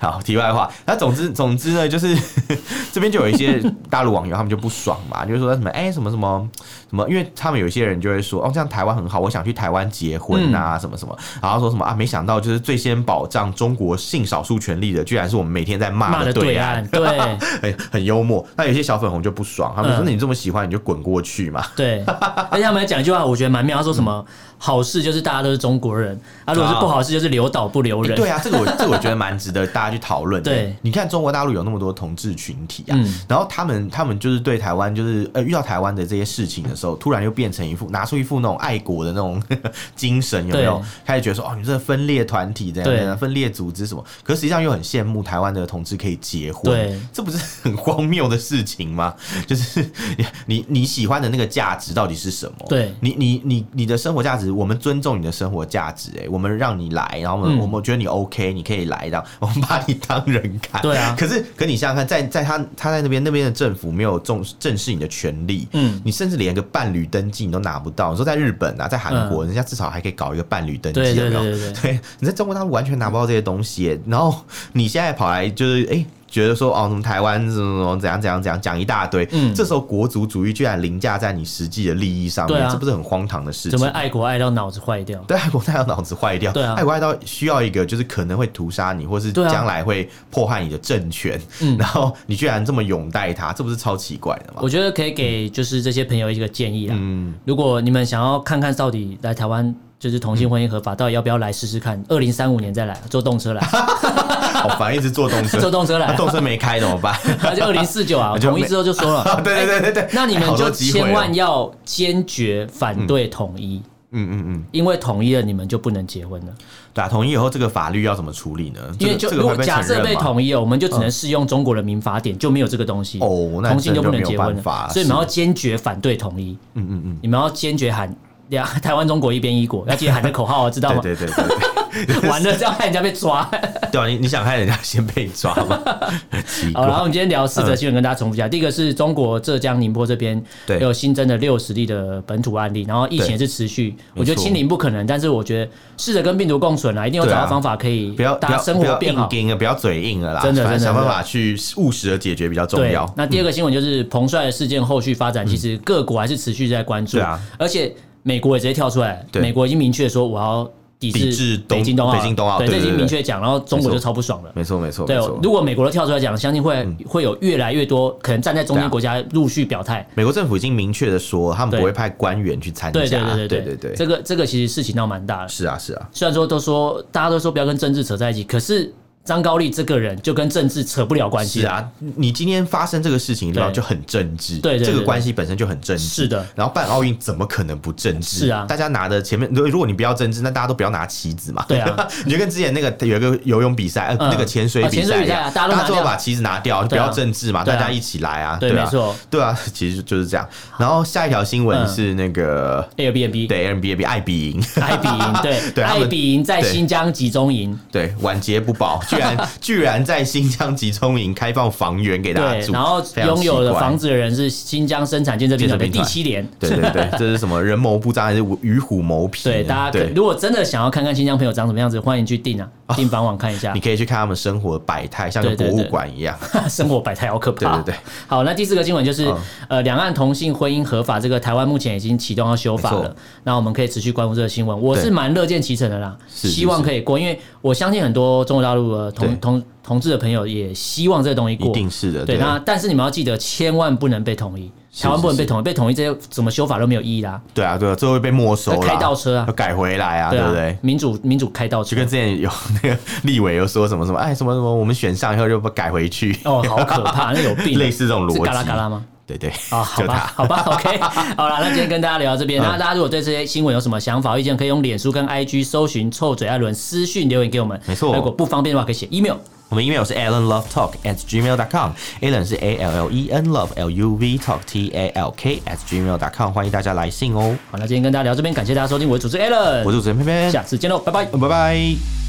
Speaker 1: 好，题外话，那总之总之呢，就是 这边就有一些大陆网友他们就不爽嘛，就是说什么哎、什么什么什么，因为他们有些人就会说哦，这样台湾很好，我想去台湾结婚
Speaker 2: 嗯
Speaker 1: 啊，什么什么，然后说什么啊，没想到就是最先保障中国性少数权利的，居然是我们每天在骂
Speaker 2: 骂
Speaker 1: 的
Speaker 2: 的
Speaker 1: 对啊
Speaker 2: 对啊
Speaker 1: 岸。
Speaker 2: 岸，对
Speaker 1: 很哎很幽默。那有些小粉红就不爽，他们说：“
Speaker 2: 嗯
Speaker 1: 那你这么喜欢，你就滚过去嘛。
Speaker 2: 对。而且他们还讲一句话，我觉得蛮妙，他说什么
Speaker 1: 嗯
Speaker 2: 好事就是大家都是中国人，啊，如果是不好事就是留岛不留人。
Speaker 1: 对啊，这个我 这个我觉得蛮值得大家去讨论的。
Speaker 2: 对
Speaker 1: 你看中国大陆有那么多同志群体啊，
Speaker 2: 嗯
Speaker 1: 然后他们他们就是对台湾就是呃遇到台湾的这些事情的时候，突然又变成一副拿出一副那种爱国的那种 精神，有没有
Speaker 2: 对？
Speaker 1: 开始觉得说哦，你这个分裂团体这样
Speaker 2: 对
Speaker 1: 这样分裂组织什么？可实际上又很羡慕台湾的同志可以结婚，
Speaker 2: 对，
Speaker 1: 这不是很荒谬的事情吗？ 就是你你你喜欢的那个价值到底是什么？
Speaker 2: 对
Speaker 1: 你你你你的生活价值，我们尊重你的生活价值、哎，我们让你来，然后我们、
Speaker 2: 嗯
Speaker 1: 我们觉得你 OK，你可以来，这样我们把你当人看。
Speaker 2: 对啊
Speaker 1: 可是可你想想看，在在他他在那边那边的政府没有重正视你的权利，
Speaker 2: 嗯，
Speaker 1: 你甚至连个伴侣登记你都拿不到。你说在日本啊，在韩国，人家至少还可以搞一个伴侣登记，
Speaker 2: 嗯对
Speaker 1: 有
Speaker 2: 对
Speaker 1: 没有？
Speaker 2: 对对对，
Speaker 1: 对，你在中国大陆完全拿不到这些东西耶，然后你现在跑来就是哎、觉得说哦，什么台湾什么什么怎样怎样怎样讲一大堆，
Speaker 2: 嗯
Speaker 1: 这时候国族主义居然凌驾在你实际的利益上面，
Speaker 2: 对啊
Speaker 1: 这不是很荒唐的事
Speaker 2: 怎
Speaker 1: 情
Speaker 2: 么
Speaker 1: 吗？
Speaker 2: 爱国爱到脑子坏掉？
Speaker 1: 对，爱国爱到脑子坏掉，
Speaker 2: 对啊
Speaker 1: 爱国爱到需要一个就是可能会屠杀你，或是
Speaker 2: 对啊
Speaker 1: 将来会迫害你的政权，
Speaker 2: 嗯
Speaker 1: 然后你居然这么拥戴他，这不是超奇怪的吗？
Speaker 2: 我觉得可以给就是这些朋友一个建议啊，
Speaker 1: 嗯，
Speaker 2: 如果你们想要看看到底来台湾就是同性婚姻合法，到底要不要来试试看？二零三五年再来，坐 动车来，
Speaker 1: 好烦，一直坐动车，
Speaker 2: 坐动车
Speaker 1: 那
Speaker 2: 来，
Speaker 1: 动车没开怎么 办？
Speaker 2: 而且二零四九 啊，
Speaker 1: 就
Speaker 2: 统一之后就说 了，
Speaker 1: 对对对对对，
Speaker 2: 那你
Speaker 1: 哎
Speaker 2: 们
Speaker 1: 好多
Speaker 2: 就
Speaker 1: 机会哦
Speaker 2: 千万要坚决反对统一，
Speaker 1: 嗯嗯嗯，
Speaker 2: 因为统一了你们就不能结婚了，
Speaker 1: 对啊，同意以后这个法律要怎么处理呢？
Speaker 2: 因为
Speaker 1: 这
Speaker 2: 就
Speaker 1: 个这
Speaker 2: 如
Speaker 1: 个
Speaker 2: 果
Speaker 1: 会被
Speaker 2: 假
Speaker 1: 承
Speaker 2: 设
Speaker 1: 认
Speaker 2: 被
Speaker 1: 吗？
Speaker 2: 统一了，我们就只能适用中国的民法典，就没有这个东西，
Speaker 1: 哦那
Speaker 2: 同性
Speaker 1: 真的
Speaker 2: 不能
Speaker 1: 就没
Speaker 2: 结
Speaker 1: 有办
Speaker 2: 婚了
Speaker 1: 法，
Speaker 2: 所以你们
Speaker 1: 是
Speaker 2: 要坚决反对统一，
Speaker 1: 嗯嗯嗯，
Speaker 2: 你们要坚决喊。 两台湾中国一边一国，要记得喊这口号啊，知道吗？
Speaker 1: 对对对对对，
Speaker 2: 完了，这样害人家 被抓。
Speaker 1: 对啊，你你想看人家先被抓 吗？奇
Speaker 2: 好，然后我
Speaker 1: 怪，
Speaker 2: 们今天聊四则新闻，跟大家重复一下。第一个是中国浙江宁波这边
Speaker 1: 嗯对
Speaker 2: 有新增的六十例的本土案例，然后疫情也是持续。我觉得
Speaker 1: 没错
Speaker 2: 清零不可能，但是我觉得试着跟病毒共存啦，一定有
Speaker 1: 对
Speaker 2: 找
Speaker 1: 啊
Speaker 2: 到方法可以
Speaker 1: 不要不
Speaker 2: 大家
Speaker 1: 要
Speaker 2: 生
Speaker 1: 不
Speaker 2: 活
Speaker 1: 要
Speaker 2: 变好
Speaker 1: 硬。盯啊，不要嘴硬了啦，
Speaker 2: 真的
Speaker 1: 反正
Speaker 2: 真
Speaker 1: 想
Speaker 2: 的
Speaker 1: 办
Speaker 2: 真的
Speaker 1: 法去务实的解决比较重
Speaker 2: 对
Speaker 1: 要。，
Speaker 2: 那第二个新闻就是彭帅的事件后续发展，其实各国还是持续在关注
Speaker 1: 嗯对啊，
Speaker 2: 而且美国也直接跳出来，
Speaker 1: 对
Speaker 2: 美国已经明确说我要抵
Speaker 1: 抵
Speaker 2: 制
Speaker 1: 制
Speaker 2: 北
Speaker 1: 东
Speaker 2: 京冬奥，
Speaker 1: 北京冬奥
Speaker 2: 对，
Speaker 1: 对
Speaker 2: 这已
Speaker 1: 对
Speaker 2: 经
Speaker 1: 对
Speaker 2: 明确讲，然后中国
Speaker 1: 没
Speaker 2: 就
Speaker 1: 错
Speaker 2: 超不爽了。
Speaker 1: 没错没错
Speaker 2: 对
Speaker 1: 没错，，嗯
Speaker 2: 如果美国都跳出来讲，相信会、会有越来越多可能站在
Speaker 1: 啊
Speaker 2: 中间国家陆续表态。
Speaker 1: 美国政府已经明确的说，他们
Speaker 2: 对
Speaker 1: 不会派官员去参加。
Speaker 2: 对对对
Speaker 1: 对
Speaker 2: 对
Speaker 1: 对
Speaker 2: 这个这个其实事情闹蛮大的。
Speaker 1: 是啊是啊，
Speaker 2: 虽然说都说大家都说不要跟政治扯在一起，可是张高丽这个人就跟政治扯不了关系。
Speaker 1: 是，啊，你今天发生这个事情，对吧？
Speaker 2: 对
Speaker 1: 就很政治，
Speaker 2: 对对对
Speaker 1: 这个
Speaker 2: 对
Speaker 1: 关系本身就很政治。
Speaker 2: 是的，
Speaker 1: 然后办奥运怎么可能不政治？
Speaker 2: 是啊
Speaker 1: 大家拿的前面，如如果你不要政治，那大家都不要拿旗子嘛。
Speaker 2: 对啊，
Speaker 1: 你就跟之前那个有一个游泳比赛，呃，
Speaker 2: 嗯
Speaker 1: 那个潜水
Speaker 2: 啊
Speaker 1: 比
Speaker 2: 潜水
Speaker 1: 赛
Speaker 2: 比
Speaker 1: 一
Speaker 2: 赛啊
Speaker 1: 样，
Speaker 2: 大家都
Speaker 1: 大家
Speaker 2: 拿
Speaker 1: 最后
Speaker 2: 掉
Speaker 1: 把旗子拿掉，就不
Speaker 2: 对啊
Speaker 1: 要政治嘛，
Speaker 2: 对
Speaker 1: 大
Speaker 2: 啊
Speaker 1: 家一起来啊，
Speaker 2: 对
Speaker 1: 啊
Speaker 2: 没错，
Speaker 1: 对啊，其实就是这样。然后下一条新闻
Speaker 2: 嗯
Speaker 1: 是那个
Speaker 2: Airbnb
Speaker 1: 对 n b a 爱比营。
Speaker 2: 艾比营，对，
Speaker 1: 对他
Speaker 2: 艾
Speaker 1: 们
Speaker 2: 比营在
Speaker 1: 对
Speaker 2: 新疆集中营，
Speaker 1: 对，晚节不保，居 然居然在新疆集中营开放房源给大家
Speaker 2: 对，
Speaker 1: 住，
Speaker 2: 然后
Speaker 1: 非常
Speaker 2: 拥有的
Speaker 1: 奇怪
Speaker 2: 房子的人是新疆生产建设兵团的
Speaker 1: 建设兵
Speaker 2: 第
Speaker 1: 团
Speaker 2: 七连。
Speaker 1: 对对对，这是什么人谋不张还是与虎谋皮呢？
Speaker 2: 对，大家可
Speaker 1: 对
Speaker 2: 如果真的想要看看新疆朋友长什么样子，欢迎去 订啊，订房网看一下
Speaker 1: 你。可以去看他们生活百态，像个
Speaker 2: 对对
Speaker 1: 博物
Speaker 2: 对
Speaker 1: 馆一样。
Speaker 2: 生活百态好可怕。
Speaker 1: 对对对。
Speaker 2: 好，那第四个新闻就是，
Speaker 1: 嗯
Speaker 2: 呃，两岸同性婚姻合法，这个台湾目前已经启动要修法
Speaker 1: 没错
Speaker 2: 了。那我们可以持续关注这个新闻，我
Speaker 1: 对
Speaker 2: 是蛮乐见其成的啦，
Speaker 1: 是是
Speaker 2: 希望可以过，因为我相信很多中国大陆的呃同
Speaker 1: 对
Speaker 2: 同同志的朋友也希望这个东西
Speaker 1: 一
Speaker 2: 过，
Speaker 1: 定是的，
Speaker 2: 哦对，
Speaker 1: 呃对，
Speaker 2: 那但是你们要记得，千万不能被统一，
Speaker 1: 是
Speaker 2: 台湾不能
Speaker 1: 是
Speaker 2: 被统一，被统一这些怎么修法都没有意义啦。
Speaker 1: 对啊，对啊，最后会被没收啦
Speaker 2: 开倒车啊
Speaker 1: 要改回来啊，对
Speaker 2: 啊
Speaker 1: 不对？，
Speaker 2: 民主民主开倒
Speaker 1: 就
Speaker 2: 车
Speaker 1: 跟，之前有 那个立委又说什么什么，哎，什么什么，我们选上以后就把改回去，
Speaker 2: 哦，好 可怕，那有病。
Speaker 1: 类似这种逻辑
Speaker 2: 是嘎啦嘎啦吗？
Speaker 1: 对对，
Speaker 2: 啊，好
Speaker 1: 就
Speaker 2: 吧
Speaker 1: 他，嗯
Speaker 2: 好吧，OK，好了，那今天跟大家聊到这边。那大家如果对这些新闻有什么想法、意见，可以用脸书跟 IG 搜寻“臭嘴艾伦”私讯留言给我们。
Speaker 1: 没错
Speaker 2: 如果不方便的话，可以写 email。
Speaker 1: 我们 email 是 allenlovetalk at gmail dot com，allen 是 a l l e n love l u v talk t a l k at gmail dot com，欢迎大家来信哦。
Speaker 2: 好，那今天跟大家聊到这边，感谢大家收听，我是主持人 a l l
Speaker 1: 我
Speaker 2: n
Speaker 1: 是主持人偏偏
Speaker 2: 下，次见喽，拜拜。
Speaker 1: 拜拜。